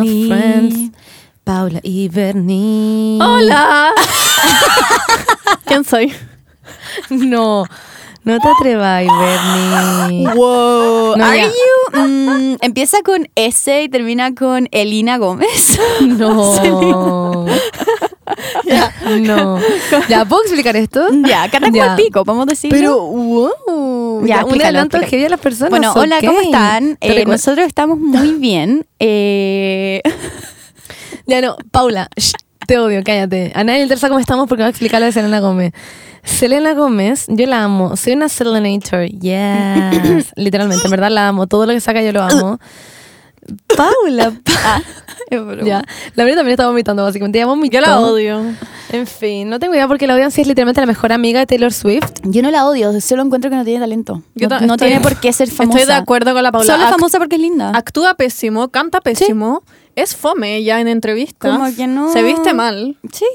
oh, Paula y Bernie. ¡Hola! ¿Quién soy? No, no te atreváis, Bernie. Wow. No, Are ya. you? mm, empieza con S y termina con Elina Gómez. No. No. ¿Ya puedo explicar esto? ya, cata como Ya. el pico, podemos decir. Pero, wow. Ya, Ya, un explícalo, adelanto explícalo. heavy a las personas. bueno, hola, ¿cómo ok. están? Te Eh, recuerdo- nosotros estamos muy bien. Eh, Ya no, Paula, shh, te odio, cállate. A nadie le interesa cómo estamos porque va a explicar lo de Selena Gómez. Selena Gómez, yo la amo. Soy una Selenator, yes. Literalmente, en verdad la amo. Todo lo que saca yo lo amo. Paula, ah, es broma. ya. La verdad también está vomitando, básicamente. Ella vomitó. Yo la odio. En fin, no tengo idea porque la audiencia es literalmente la mejor amiga de Taylor Swift. Yo no la odio, solo encuentro que no tiene talento. no Yo ta- no estoy- tiene por qué ser famosa. Estoy de acuerdo con la Paula. Solo es Ac- famosa porque es linda. Actúa pésimo, canta pésimo, es fome ella en entrevistas. Como que no. Se viste mal. sí.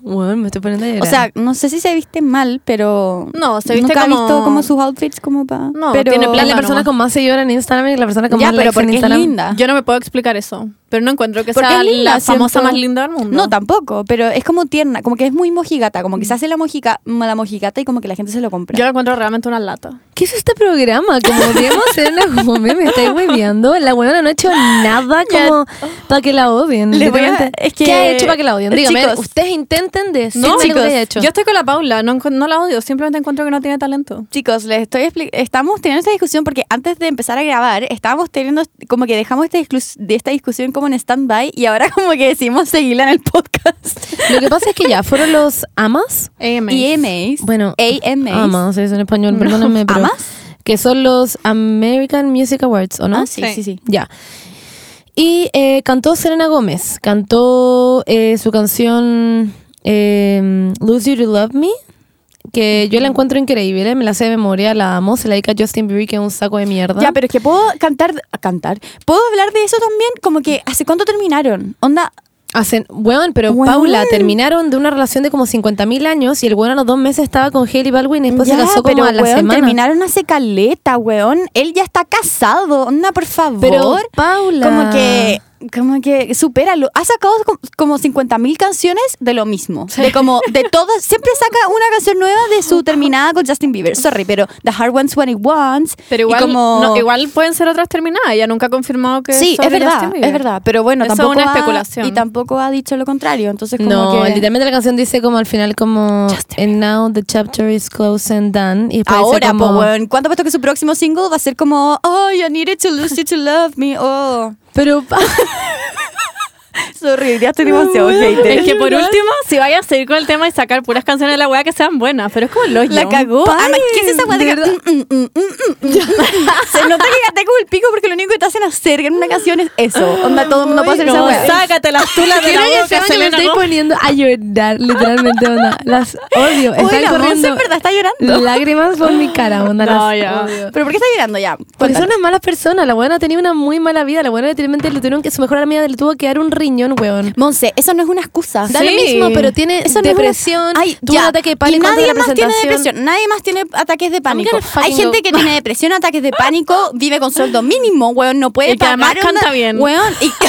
Bueno, me estoy poniendo a llorar. O sea, no sé si se viste mal, pero. No, se viste Nunca he como- visto como sus outfits como para. No, pero... tiene la, plata la persona nomás. con más seguidores en Instagram y la persona con Ya, más pero likes en porque es Instagram. linda. Yo no me puedo explicar eso, pero no encuentro que Ah. Porque sea es linda, la famosa siento. más linda del mundo. No, tampoco, pero es como tierna, como que es muy mojigata, como que se hace la, mojica, la mojigata y como que la gente se lo compra. Yo la encuentro realmente una lata. ¿Qué es este programa? Como odiamos a Selena Gómez, me estáis hueviando. La buena no ha hecho nada como para que la odien. Les voy a- literalmente. es que- ¿Qué ha hecho para que la odien? Dígame, Chicos. ustedes intenten decirme no, lo que chicos, haya hecho. yo estoy con la Paula, no, encu- no la odio, simplemente encuentro que no tiene talento. Chicos, les estoy expli- estamos teniendo esta discusión porque antes de empezar a grabar estábamos teniendo como que dejamos esta disclus- de esta discusión como en stand-by y ahora como que decidimos seguirla en el podcast. Lo que pasa es que ya fueron los amas. Y EMAs. Bueno, AMAs. amas es en español, perdónenme, pero ¿Amas? que son los American Music Awards, ¿o no? Ah, sí, sí, Sí. sí. Ya. Y eh, cantó Selena Gómez, cantó eh, su canción eh, Lose You to Love Me, que yo la encuentro increíble, me la sé de memoria, la amo, se la dedica a Justin Bieber, que es un saco de mierda. ¿Ah? Ya, pero es que puedo cantar, cantar. Puedo hablar de eso también, como que ¿hace cuánto terminaron? Onda, Hacen, weón, pero Weón. Paula, terminaron de una relación de como 50.000 años y el weón a los dos meses estaba con Hailey Baldwin y después ya, se casó como pero, a la weón, semana. terminaron hace caleta, weón. Él ya está casado, onda, por favor. Pero, Paula. Como que, como que, supéralo. Ha sacado co- como 50.000 canciones de lo mismo. De como, de todas, siempre saca una canción nueva de su terminada con Justin Bieber. Sorry, pero The Hard One's What It Wants. y Pero igual, como- no, igual pueden ser otras terminadas. Ella nunca ha confirmado que Sí, es sobre verdad, Justin Bieber. es verdad, pero bueno, Eso es tampoco una ha- especulación. y tampoco ha dicho lo contrario, entonces como No, que literalmente la canción dice como al final como Justin And now the chapter is closed and done. Y después dice Ahora, como, po, weón. ¿Cuánto puesto que su próximo single va a ser como Oh, I needed to lose you to love me? Oh, Pero Pa- sorry, ya estoy demasiado hater. Es que por último, si vayan a seguir con el tema y sacar puras canciones de la weá que sean buenas, pero es como los La cagó. Además, ¿Qué es esa weá de que- Mm, mm, mm, mm, mm, mm. Se nota que gaté como el pico porque lo único que te hacen hacer en una canción es eso. Onda, todo el mundo puede hacer esa No, weá. sácatelas tú las de Quiero la que boca, sepan que me Selena estoy Gomez. poniendo a llorar, literalmente, onda. Las odio. Oye, Están la Monse corriendo en verdad está llorando. lágrimas por mi cara, onda. No, las ya. odio. ¿Pero por qué está llorando ya? Porque son Cuéntame. unas malas personas. La buena ha tenido una muy mala vida. La buena literalmente le tuvieron que su mejor amiga le tuvo que dar un riñón, weón. Monse, eso no es una excusa. Da lo mismo, pero tiene no es una- depresión. Ay, tuvo ya. un ataque de Y pánico nadie antes de la más tiene presentación. depresión. Nadie más tiene ataques de pánico. gonna fucking Hay gente go. que tiene depresión, ataques de pánico, vive con sueldo mínimo, weón, no puede Y que además pagar. onda, canta bien. Weón, y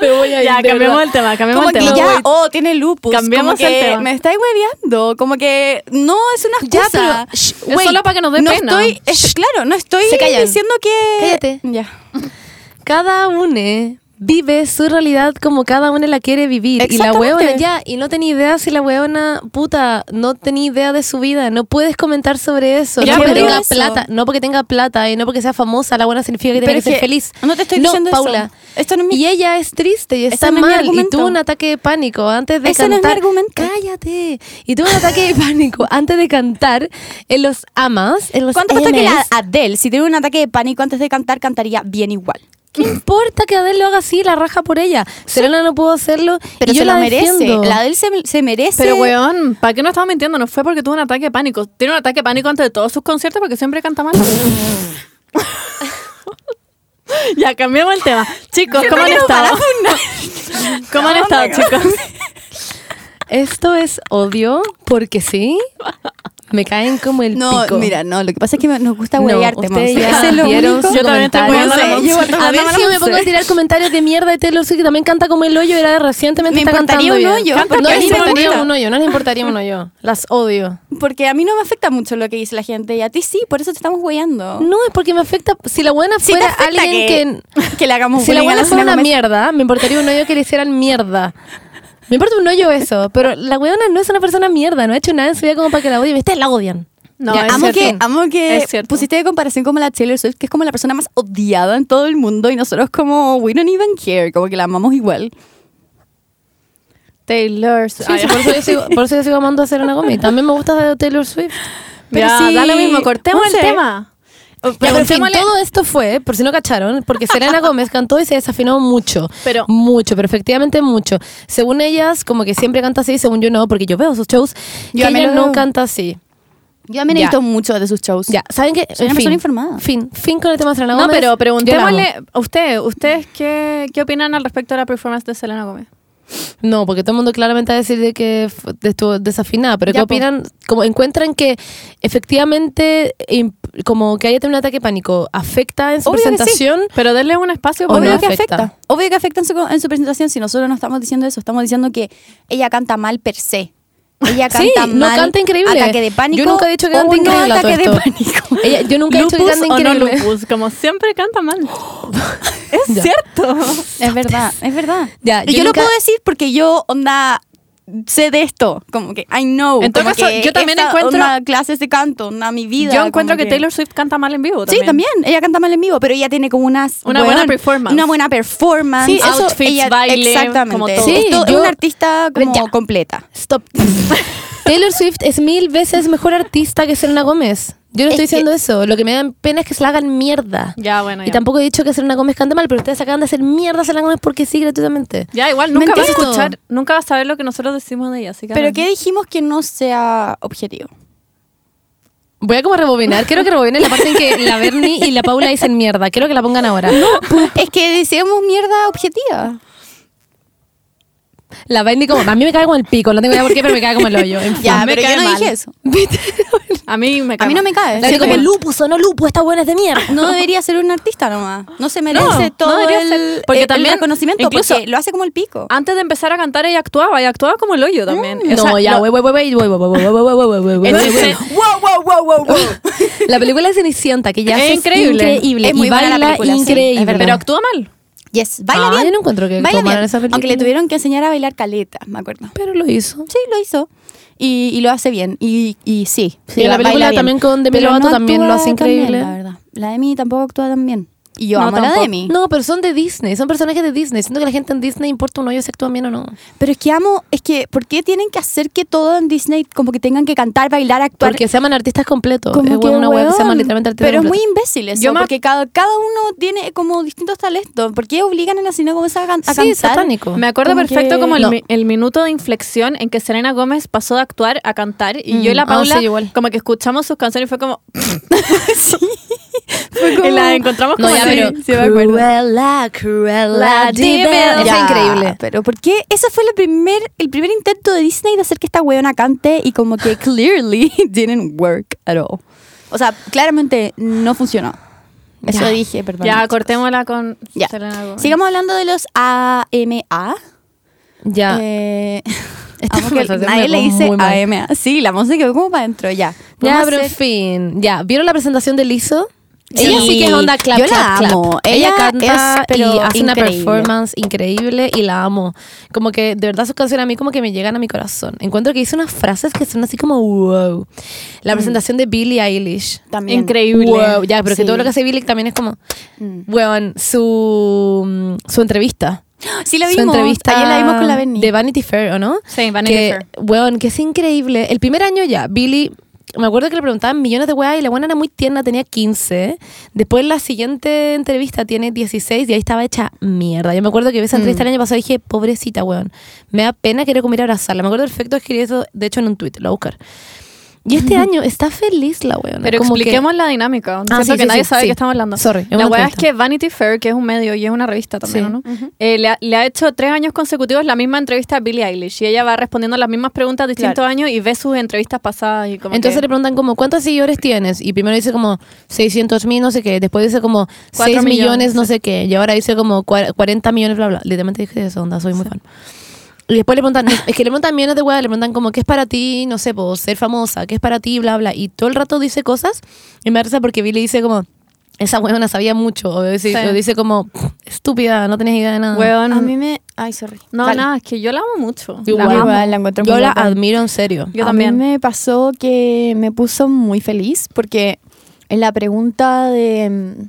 Me voy a ir, Ya, de cambiamos verdad. el tema, cambiamos como el que tema. ya, oh, tiene lupus. Cambiamos como que el tema. Me estáis hueveando. Como que no es una Ya, excusa. pero, shh, es wait, solo para que nos dé no pena. estoy, es- claro, no estoy Se callan. diciendo que. Cállate. Ya. cada uno vive su realidad como cada uno la quiere vivir. Y la Exactamente. huevona, ya, y no tenía idea si la huevona, puta, no tenía idea de su vida. No puedes comentar sobre eso. Ya, no porque pero tenga eso. plata, no porque tenga plata y no porque sea famosa, la buena significa que tiene Pero que es ser que feliz. no te estoy no, diciendo eso. Paula. Esto no es mi- Y ella es triste y está no es mi mal. y argumento. tuvo un ataque de pánico antes de Ese no es mi cantar. argumento. Cállate. Y tuvo un ataque de pánico antes de cantar en los amas, en los ¿Cuánto costó que la Ms. Adele, si tiene un ataque de pánico antes de cantar, cantaría bien igual? ¿Qué importa que Adele lo haga así, la raja por ella? Selena no pudo hacerlo. Pero y yo se la lo merece. defiendo. La Adele se, se merece. Pero weón, ¿para qué no estamos mintiendo? No fue porque tuvo un ataque de pánico. Tiene un ataque de pánico antes de todos sus conciertos porque siempre canta mal. ya, cambiamos el tema. Chicos, ¿cómo han estado? ¿Cómo han estado, chicos? Esto es odio porque sí. Me caen como el No, pico. mira, no, lo que pasa es que me- nos gusta No, huevearte, ustedes Monse. ya Ese es lo dieron único. su Yo también estoy comentario. hueveando a la Monse, yo A guardando ver la si yo me Monse. pongo a tirar comentarios de mierda de Taylor Swift, que también canta como el hoyo, era recientemente Me está importaría cantando un bien. hoyo, Canta porque no a les mí me importaría gusta. un hoyo, no les importaría un hoyo. Las odio. Porque a mí no me afecta mucho lo que dice la gente y a ti sí, por eso te estamos hueando. No, es porque me afecta. Si la buena Sí te fuera afecta alguien que. que, le hagamos Si la bullying a pues, buena fuera Selena una Gomez. mierda, me importaría un hoyo que le hicieran mierda. Me importa un hoyo eso, pero la weona no es una persona mierda, no ha hecho nada en su vida como para que la odien. Ustedes la odian. No, Ya, es Amo cierto. que, amo que Es cierto. pusiste de comparación como la Taylor Swift, que es como la persona más odiada en todo el mundo y nosotros como, we don't even care, como que la amamos igual. Taylor Swift. Ah, ya. por, eso yo sigo, por eso yo sigo amando a Selena Gomez. También me gusta Taylor Swift. Pero ya, sí, da lo mismo, cortemos Monse. el tema. Ya, pero en fin, Preguntémosle- todo esto fue, por si no cacharon, porque Selena Gómez cantó y se desafinó mucho. Pero- Mucho, pero efectivamente mucho. Según ellas, como que siempre canta así, según yo no, porque yo veo sus shows, Yo que también ella lo no veo. canta así. Yo también he Ya. visto mucho de sus shows. Ya, ¿saben qué? Soy una En persona informada. Fin, fin con el tema de Selena No, Gómez. Yo la pero amo. preguntémosle a usted, ¿ustedes qué, qué opinan al respecto de la performance de Selena Gómez? No, porque todo el mundo claramente va a decir de que f- de- estuvo desafinada, pero Ya, ¿qué pues. po. opinan? Como encuentran que efectivamente, im- como que haya tenido un ataque de pánico, ¿afecta en su Obvio que sí. presentación? Pero denle un espacio ¿O Obvio no que afecta? afecta. Obvio que afecta en su, en su presentación. Si nosotros no estamos diciendo eso, estamos diciendo que ella canta mal per se. Ella Sí, canta no mal. canta increíble. Ataque de pánico. Yo nunca he dicho que o canta no increíble a todo Ataque de esto. pánico. Ella- yo nunca he dicho que lupus canta o no increíble. lupus, como siempre canta mal. Es ¿Cierto? Es verdad, es verdad. Ya, y yo yo, lo nunca- puedo decir porque yo, onda, sé de esto. Como que I know. En todo como caso, que yo también esta, encuentro- onda, clases de canto, onda, mi vida. Yo como encuentro que, Taylor Swift canta mal en vivo también. Sí, también. Ella canta mal en vivo, pero ella tiene como unas. Una buena performance. Una buena performance. Sí, eso- Outfits, baile, Exactamente. como todo. Sí, Sí, Esto- yo- es una artista como Ya. completa. Stop. Taylor Swift es mil veces mejor artista que Selena Gómez. Yo no Es estoy diciendo que- eso. Lo que me da pena es que se la hagan mierda. Ya, bueno, ya. Y tampoco he dicho que Selena Gómez cante mal, pero ustedes acaban de hacer mierda a Selena Gómez porque sí, gratuitamente. Ya, igual, nunca va a Mentira. escuchar, nunca va a saber lo que nosotros decimos de ella. Así que Pero no. ¿qué dijimos que no sea objetivo? Voy a como rebobinar. Quiero que rebobinen la parte en que la Bernie y la Paula dicen mierda. Quiero que la pongan ahora. es que deseamos mierda objetiva. La Bernie como, a mí me cae como el pico. No tengo idea por qué, pero me cae como el hoyo. En fin. Ya, me pero cae yo no mal. dije eso. A mí me cae A mí no me mal. cae. La Sí, Bernie como, pero lupus o no lupus, esta buena es de mierda. no debería ser un artista nomás. No se merece No, no todo debería el, ser- porque el también, reconocimiento incluso- Ah, porque lo hace como el pico. Antes de empezar a cantar, ella actuaba, ella actuaba como el hoyo también. O sea, Mm, No, ya, lo- wey, wey, wey, wey, wey, wey, wey, wey, wey, wey, wey, Entonces, wey, wey. wow, wow, wow, wow, wow. La película de Cenicienta, que ya Es es increíble. increíble. Es muy y buena la baila película, sí, es increíble. verdad. Pero actúa mal. Yes, baila Ah, bien. yo no encuentro que baila actuó mal bien. en esa película. Aunque le tuvieron que enseñar a bailar caleta, me acuerdo. Pero lo hizo. Sí, lo hizo. Y, y lo hace bien. Y, y sí. sí, Y la ba- película baila bien. también con Demi Pero Lovato no también lo actúa hace tan bien, increíble. la verdad. La Demi tampoco actúa tan bien. Y yo No, amo la tampoco. Demi. No, pero son de Disney, son personajes de Disney. Siento que la gente en Disney importa un hoyo si actúan bien o no. Pero es que amo, es que, ¿por qué tienen que hacer que todo en Disney como que tengan que cantar, bailar, actuar? Porque se llaman artistas completos. como es una wea que se llama weón. literalmente artistas Pero es muy completos. imbécil eso, Yo me- porque cada, cada uno tiene como distintos talentos. ¿Por qué obligan a la cine como esa a, can- a Sí, cantar? satánico. Me acuerdo Como perfecto que- como el, No. mi- el minuto de inflexión en que Selena Gómez pasó de actuar a cantar y yo y la Mm, ah, Paula sí, igual. como que escuchamos sus canciones y fue como... Fue y la como- encontramos No, como... ya, así. pero. sí me acuerdo. Cruella, Cruella, Divina. Divina. Esa Ya, es increíble. Pero ¿por qué? Ese fue el primer, el primer intento de Disney de hacer que esta weona cante y como que clearly didn't work at all. O sea, claramente no funcionó. Eso Ya. dije, perdón. Ya, chicos. cortémosla con Ya. Selena Gómez. Sigamos hablando de los AMA. Ya. Eh, esta Amo que mujer, lo hacen nadie de- le dice muy mal. AMA. Sí, la música quedó como para adentro, ya. Ya, Vamos a pero en hacer- fin. Ya, ¿vieron la presentación de Lizzo? Sí. Ella sí que es onda clap, Yo la clap, clap. amo. Ella, Ella canta es, pero y hace una increíble. performance increíble y la amo. Como que de verdad sus canciones a mí como que me llegan a mi corazón. Encuentro que dice unas frases que son así como wow. La presentación de Billie Eilish. Mm. También. Increíble. Wow, ya, pero que Sí. todo lo que hace Billie también es como, Mm. weón, su, mm, su entrevista. Sí, la Su vimos. entrevista Ayer la vimos con la Benny. De Vanity Fair, ¿o no? Sí, Vanity que, Fair. Weón, que es increíble. El primer año ya, Billy, me acuerdo que le preguntaban millones de weas y la buena era muy tierna, tenía 15. Después la siguiente entrevista tiene 16 y ahí estaba hecha mierda. Yo me acuerdo que vi esa Mm. entrevista el año pasado y dije, pobrecita, weón. Me da pena, quiero como ir a abrazarla. Me acuerdo perfecto, escribí eso, de hecho, en un tweet, lo voy a buscar. Y este año está feliz la weona. Pero como que- expliquemos la dinámica. Ah, Siento sí, que sí, nadie sí, sabe sí. de qué estamos hablando. Sorry, es la una weá es entrevista. que Vanity Fair, que es un medio y es una revista también, Sí. ¿no? Eh, le, ha, le ha hecho tres años consecutivos la misma entrevista a Billie Eilish y ella va respondiendo las mismas preguntas distintos Claro. años y ve sus entrevistas pasadas y como Entonces que- le preguntan como, ¿cuántos seguidores tienes? Y primero dice como 600 mil, no sé qué. Después dice como 6 Cuatro millones, millones, no sé qué. Y ahora dice como cua- 40 millones, bla, bla. Literalmente dije eso, onda, soy muy fan. Y después le preguntan, es que le preguntan millones de weas, le preguntan como, ¿qué es para ti, no sé, po, ser famosa? ¿Qué es para ti, bla, bla? Y todo el rato dice cosas y me da risa porque Billy dice como, esa weona sabía mucho. O dice, Sí. o dice como, estúpida, no tenés idea de nada. Weón, A mí me. Ay, sorry. No, Dale. nada, es que yo la amo mucho. Igual. La amo. Igual, la encuentro Yo muy la bacán. admiro en serio. Yo a también. mí me pasó que me puso muy feliz porque en la pregunta de... mm,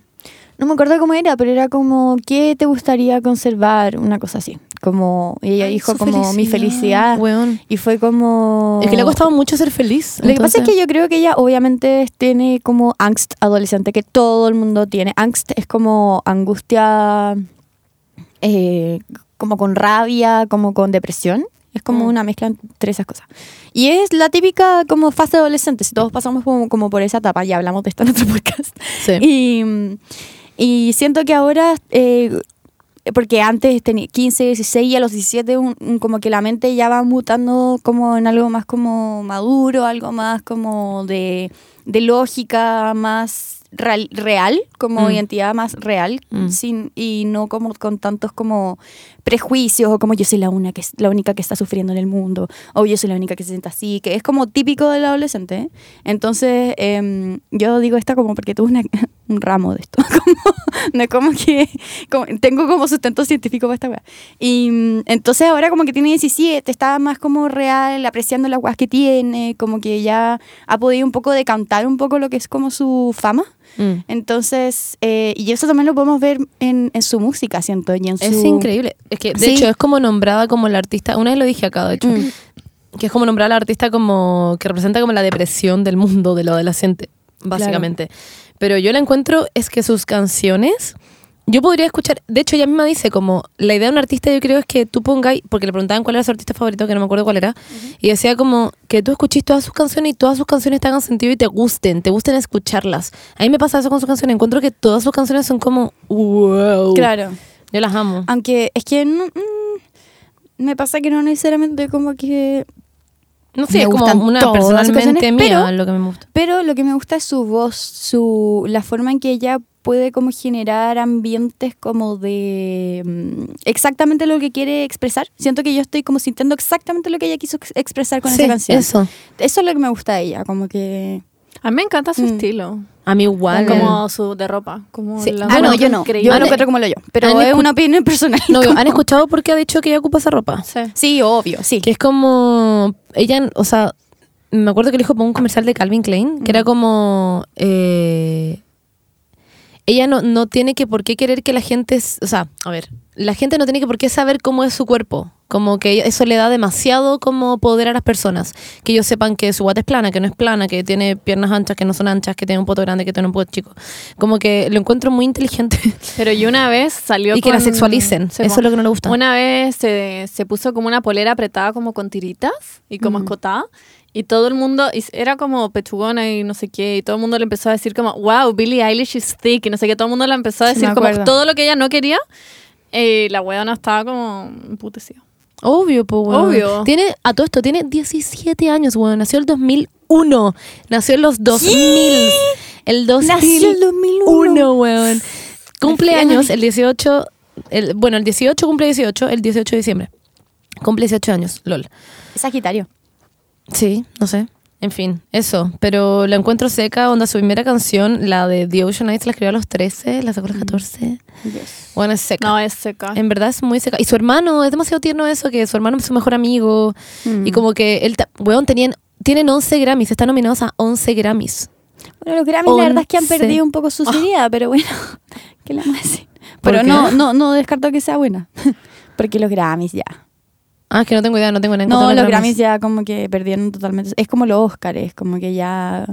No me acuerdo cómo era, pero era como, ¿qué te gustaría conservar? Una cosa así. Como, y ella Ay, dijo su como, mi felicidad. Weón. Y fue como... Es que le ha costado mucho ser feliz. Oh. Lo que pasa es entonces- que yo creo que ella obviamente tiene como angst adolescente, que todo el mundo tiene. Angst es como angustia, eh, como con rabia, como con depresión. Es como Mm. una mezcla entre esas cosas. Y es la típica como fase adolescente. Si todos pasamos como, como por esa etapa, ya hablamos de esto en otro podcast. Sí. Y, mm, y siento que ahora, eh, porque antes tenía 15, 16 y a los 17 un- un- como que la mente ya va mutando como en algo más como maduro, algo más como de, de lógica, más real, real, como Mm. identidad más real Mm. sin, y no como con tantos como prejuicios o como yo soy la, una que, es- la única que está sufriendo en el mundo o yo soy la única que se sienta así, que es como típico del adolescente. ¿eh? Entonces, em, yo digo esta como porque tuve una- un ramo de esto. como- no es como que como- tengo como sustento científico para esta weá. Y mm, entonces ahora como que tiene 17, está más como real, apreciando las weas que tiene, como que ya ha podido un poco decantar un poco lo que es como su fama. Mm. Entonces, eh, y eso también lo podemos ver en, en su música, siento, y en su... Es increíble. Es que, de Sí. Mm. hecho, es como nombrada como la artista. Una vez lo dije acá, de hecho. Que es como nombrada la artista como. que representa como la depresión del mundo, de lo adolescente, básicamente. Pero yo la encuentro, es que sus canciones. Yo podría escuchar, de hecho ella misma dice como, la idea de un artista yo creo es que tú pongáis, porque le preguntaban cuál era su artista favorito, que no me acuerdo cuál era, y decía como que tú escuchís todas sus canciones y todas sus canciones tengan sentido y te gusten, te gusten escucharlas. A mí me pasa eso con sus canciones, encuentro que todas sus canciones son como, wow. Claro. Yo las amo. Aunque es que no- mm, me pasa que no necesariamente como que... No sé, Me es como gustan una todas las personalmente canciones, mía pero- lo que me gusta. Pero lo que me gusta es su voz, su la forma en que ella puede como generar ambientes como de mm, exactamente lo que quiere expresar. Siento que yo estoy como sintiendo exactamente lo que ella quiso ex- expresar con esa canción. Eso. eso. es lo que me gusta de ella, como que A mí me encanta su Mm. estilo. A mí igual. Como su de ropa. Como Sí. la Ah, bueno, no, yo no, increíble. yo Han- no encuentro como lo yo, pero han es escu- una opinión personal. No, como- ¿Han escuchado por qué ha dicho que ella ocupa esa ropa? Sí. Sí, obvio, sí. Que es como. Ella, o sea, me acuerdo que le dijo para un comercial de Calvin Klein, que era como. eh, ella no, no tiene que por qué querer que la gente. s- O sea, a ver. La gente no tiene que por qué saber cómo es su cuerpo. Como que eso le da demasiado como poder a las personas. Que ellos sepan que su guata es plana, que no es plana, que tiene piernas anchas, que no son anchas, que tiene un poto grande, que tiene un poto chico. Como que lo encuentro muy inteligente. Pero y una vez salió y que la con- sexualicen. Sí, Eso po. es lo que no le gusta. Una vez se, se puso como una polera apretada como con tiritas y como escotada y todo el mundo y era como pechugona y no sé qué y todo el mundo le empezó a decir como wow Billie Eilish is thick y no sé qué todo el mundo le empezó a Sí, me decir como acuerdo. todo lo que ella no quería eh, la weona estaba como emputecida. Obvio, pues, weón. Obvio. Tiene, a todo esto, tiene 17 años, weón. Nació el 2001. Nació en los 2000. El 2001, Nació el 2001. weón. Cumple años el 18... El, bueno, el 18 cumple 18, el 18 de diciembre. Cumple 18 años, lol. Sagitario. Sí, no sé. En fin, eso. Pero la encuentro seca, onda su primera canción, la de The Ocean Eyes, la escribió a los 13, la sacó a los 14. Bueno, es seca. Mm. Em No, es seca. En verdad es muy seca. Y su hermano, es demasiado tierno eso, que su hermano es su mejor amigo. Mm. Y como que él, ta- weón, tenían, tienen 11 Grammys, están nominados a 11 Grammys. Bueno, los Grammys la verdad es que han Once. Ah. perdido un poco su seriedad, pero bueno, ¿qué le vamos a decir? ¿Por Pero qué? no, no, no descarto que sea buena, porque los Grammys ya. Ah, es que no tengo idea, no tengo nada en No, contra los Grammys ya como que perdieron totalmente. Es como los Oscars, como que ya,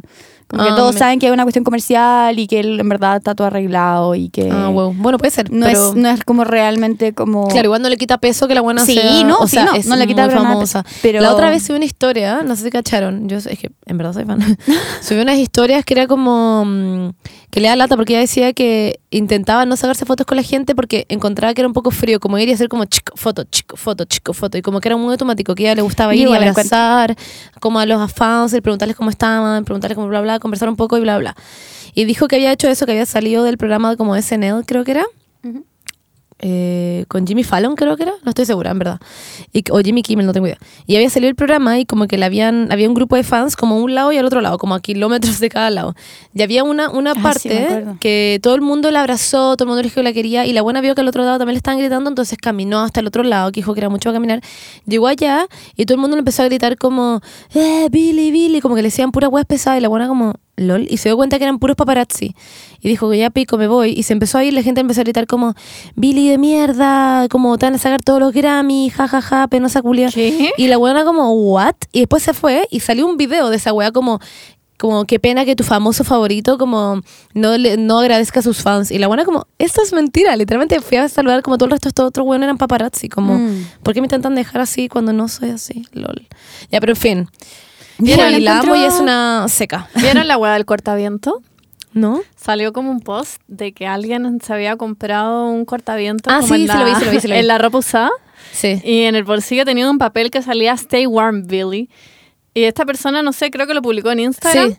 Porque Ah, todos me- saben que es una cuestión comercial y que él en verdad está todo arreglado y que Ah, wow. Bueno, puede ser. no, pero- es, no es como realmente como... Claro, igual no le quita peso que la buena Sí, sea- no, o sí, sea, no, es no le quita muy para nada famosa. peso, pero- La otra vez subí una historia, no sé si cacharon, yo es que en verdad soy fan. subí unas historias que era como mm, que le da lata porque ella decía que intentaba no sacarse fotos con la gente porque encontraba que era un poco frío, como ir y hacer como chico, foto, chico, foto, chico, foto, y como que era muy automático, que a ella le gustaba Yo ir y igual lo encuentro. abrazar, como a los fans, y preguntarles cómo estaban, preguntarles cómo bla bla, conversar un poco y bla bla. Y dijo que había hecho eso, que había salido del programa como SNL, creo que era eh, con Jimmy Fallon creo que era, no estoy segura, en verdad. Y, o Jimmy Kimmel, no tengo idea. Y había salido el programa y como que le habían, había un grupo de fans como a un lado y al otro lado, como a kilómetros de cada lado. Y había una, una Ah, sí, me parte acuerdo. que todo el mundo la abrazó, todo el mundo le dijo que la quería y la buena vio que al otro lado también le estaban gritando, entonces caminó hasta el otro lado, que dijo que era mucho para caminar. Llegó allá y todo el mundo le empezó a gritar como, eh, Billy, Billy, como que le decían pura hueá pesada y la buena como, lol, y se dio cuenta que eran puros paparazzi. Y dijo que ya pico, me voy. Y se empezó a ir, la gente empezó a gritar como, Billy de mierda, como te van a sacar todos los Grammy, jajaja, ja, ja, penosa culia. ¿Qué? Y la weona como, what? Y después se fue y salió un video de esa wea como, como qué pena que tu famoso favorito como no, le- no agradezca a sus fans. Y la buena como, esto es mentira. Literalmente fui a saludar como todo el resto de estos otros weones eran paparazzi. Como, Mm. ¿por qué me intentan dejar así cuando no soy así? Lol. Ya, pero en fin. Yo Yo la y la amo encuentro- y es una seca. ¿Vieron la hueá del cortaviento? ¿No? Salió como un post de que alguien se había comprado un cortaviento Ah, como sí, en, se lo la, vi, se lo vi, se lo vi. en la ropa usada Sí. y en el bolsillo tenía un papel que salía Stay Warm Billy. Y esta persona, no sé, creo que lo publicó en Instagram. Sí.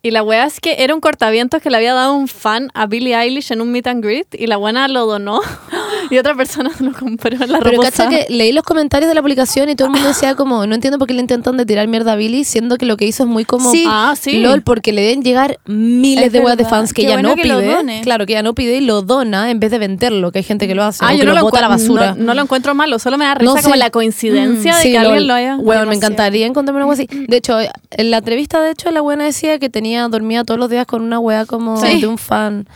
Y la wea es que era un cortavientos que le había dado un fan a Billie Eilish en un meet and greet y la buena lo donó y otra persona lo compró en la Pero ropa cacha usada. que leí los comentarios de la publicación y todo el mundo decía como, no entiendo por qué le intentan de tirar mierda a Billy, siendo que lo que hizo es muy como Sí. Ah, sí. LOL, porque le deben llegar miles Es de weas de verdad. fans que Qué ya bueno no que lo pide. done. Claro, que ya no pide y lo dona en vez de venderlo, que hay gente que lo Ah, hace. o que lo bota a la encuentro- basura. No, no lo encuentro malo, solo me da risa No sé. como la coincidencia de Sí, que lol. alguien lo haya. Weón, me Demasiado. encantaría encontrarme algo así. De hecho, en la entrevista, de hecho, la buena decía que tenía dormida todos los días con una wea como Sí. de un fan.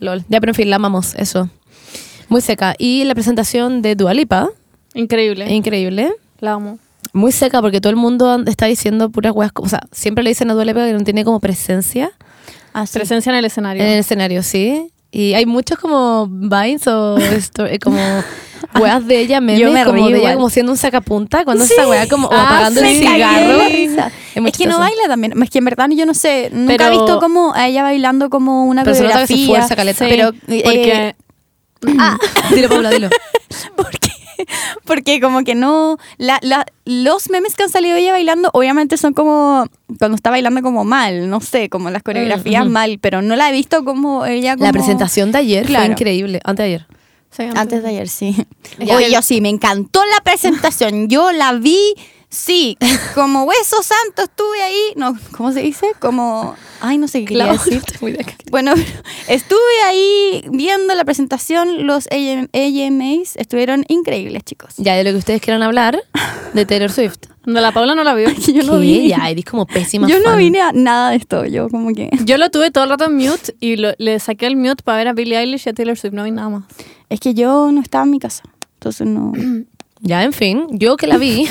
LOL. Ya, pero en fin, la amamos, eso. Muy seca. Y la presentación de Dualipa, Eh. Increíble. increíble. la amo. Muy seca porque todo el mundo and- está diciendo puras weas. co- O sea, siempre le dicen a Dualipa que no tiene como presencia Ah, sí. Presencia en el escenario. en el escenario, ¿sí? Y hay muchos como vines o esto- eh, como weas de ella memes, me como río de ella igual. como siendo un sacapunta cuando esa wea como o Ah, apagando el me cagué cigarro. de risa. muy Es que no chistoso. baila también. Es que en verdad yo no sé. Nunca he Pero- visto como a ella bailando como una Pero se nota que se coreografía. esfuerza caleta. Pero porque eh, Ah, dilo, Paula, dilo. porque, porque como que no. la- la- los memes que han salido de ella bailando, obviamente son como cuando está bailando como mal, no sé, como las coreografías Mm, ujú. mal, pero no la he visto como ella como. La presentación de ayer Claro. fue increíble. Antes de ayer. sí, Antes de ayer, sí. Ya. Oye, yo sí, me encantó la presentación. Yo la vi, sí, como hueso santo estuve ahí. No, ¿cómo se dice? Como. Ay, no sé qué quería Claro. decir. Bueno, pero estuve ahí viendo la presentación. Los AM AMAs estuvieron increíbles, chicos. Ya, de lo que ustedes quieran hablar, de Taylor Swift. No, la Paula no la vio. Que yo no ¿Qué? vi. Ya, eres como pésima yo no fan. vine a nada de esto. Yo como que... Yo lo tuve todo el rato en mute y lo- le saqué el mute para ver a Billie Eilish y a Taylor Swift. No vi nada más. Es que yo no estaba en mi casa. Entonces no... Ya, en fin, yo que la vi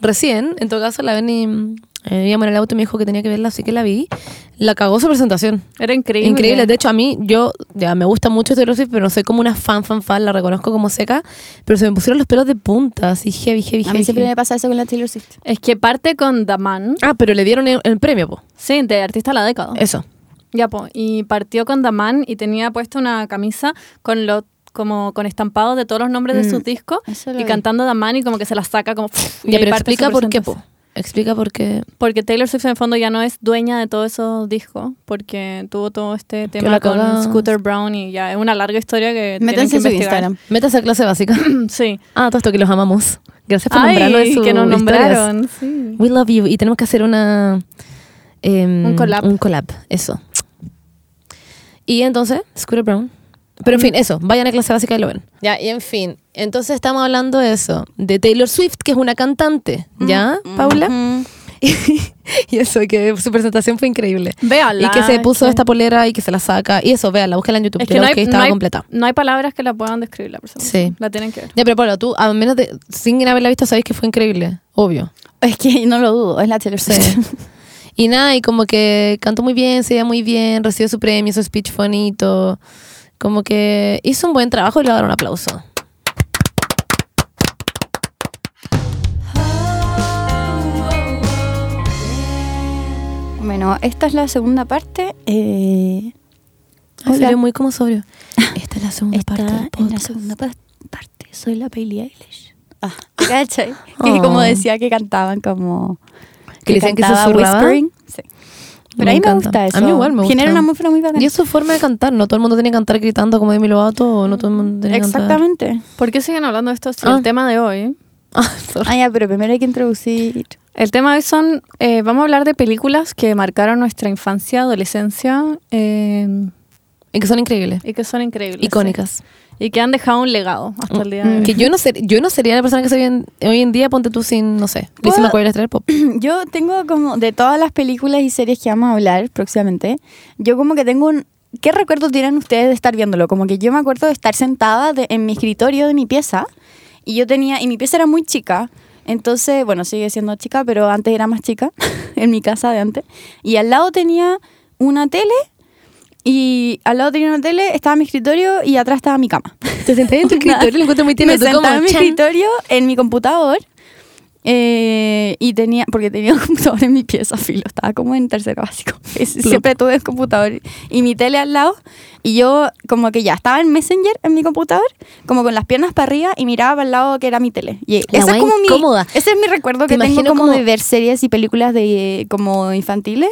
recién, en todo caso la ven y eh, íbamos en el auto y me dijo que tenía que verla, así que la vi. La cagó su presentación. Era increíble. Increíble. De hecho, a mí, yo, ya, me gusta mucho Taylor Swift, pero no soy como una fan, fan, fan, la reconozco como seca, pero se me pusieron los pelos de punta, así heavy, heavy, A heavy. mí siempre heavy. me pasa eso con la Taylor Swift. Es que parte con The Man. Ah, pero le dieron el, el premio, po. Sí, de artista de la década. Eso. Ya, po. Y partió con Daman y tenía puesta una camisa con lo como con estampados de todos los nombres de Mm, sus discos eso lo y vi. cantando Daman y como que se la saca como pff, y Ya, ahí pero parte su explica por qué, po. presentación. Explica por qué. Porque Taylor Swift en el fondo ya no es dueña de todos esos discos porque tuvo todo este la tema cagada. con Scooter Brown y ya es una larga historia que tienen que Métanse en su investigar. Instagram. Métase a clase básica. Sí. ah, todo esto que los amamos. Gracias por nombrarnos en Ay, sus que nos historias. nombraron. Sí. We love you. Y tenemos que hacer una. em, Un collab. Un collab, eso. Y entonces, Scooter Brown. Pero en fin, eso. Vayan a clase básica y lo ven. Ya, y en fin. Entonces estamos hablando de eso. De Taylor Swift, que es una cantante. ¿Ya, Paula? Mm. y eso, que su presentación fue increíble. Véala. este y que se puso que- esta polera y que se la saca. Y eso, véanla, búscala en YouTube. Es Yo que no la hay, busqué y no estaba hay- completa. no hay palabras que la puedan describir la persona. Sí. La tienen que ver. Ya, pero Paula, tú, a menos de. Sin haberla visto, sabéis que fue increíble. Obvio. Es que no lo dudo, es la Taylor Swift. Sí. Y nada, y como que cantó muy bien, se veía muy bien, recibió su premio, su speech fue bonito. Como que hizo un buen trabajo y le voy a dar un aplauso. Bueno, esta es la segunda parte. Eh, Ay, hola. salió muy como sobrio. Esta es la segunda Esta parte del es la podcast. segunda pa- parte. Soy la Bailey Eilish. Ah, ¿cachai? Que Oh. como decía que cantaban como... Que le decían que cantaba susurraba. Whispering. Sí. Pero a mí me encanta. gusta eso. A mí igual me gusta. Genera una atmósfera muy bacana. Y es su forma de cantar, no todo el mundo tiene que cantar gritando como Demi Lovato o no todo el mundo tiene que cantar. Exactamente. ¿Por qué siguen hablando de esto si Ah. el tema de hoy? Ah, sorry. Ah, ya, pero primero hay que introducir... El tema de hoy son, eh, vamos a hablar de películas que marcaron nuestra infancia, adolescencia eh, y que son increíbles, y que son increíbles. icónicas. sí. Y que han dejado un legado hasta el día de Mm, hoy. Que yo no, ser, yo no sería la persona que soy en- hoy en día, ponte tú sin, no sé, Puedo- Lizzie McGuire estrella pop. Yo tengo como de todas las películas y series que vamos a hablar próximamente, yo como que tengo un... ¿Qué recuerdo tienen ustedes de estar viéndolo? Como que yo me acuerdo de estar sentada de- en mi escritorio de mi pieza y yo tenía... Y mi pieza era muy chica. Entonces, bueno, sigue siendo chica, pero antes era más chica, en mi casa de antes. Y al lado tenía una tele y al lado tenía una tele, estaba mi escritorio y atrás estaba mi cama. Te senté en tu escritorio, lo encuentro muy tierno. Me tú sentaba como, en mi chan. escritorio, en mi computador. eh, y tenía, porque tenía un computador en mi pieza, filo, estaba como en tercero básico. Es- Plop. Siempre tuve el computador y mi tele al lado. Y yo, como que ya estaba en Messenger en mi computador, como con las piernas para arriba y miraba para el lado que era mi tele. Y esa La es wea como mi, incómoda. Ese es mi recuerdo Te que tengo imagino como, como- de ver series y películas de como infantiles.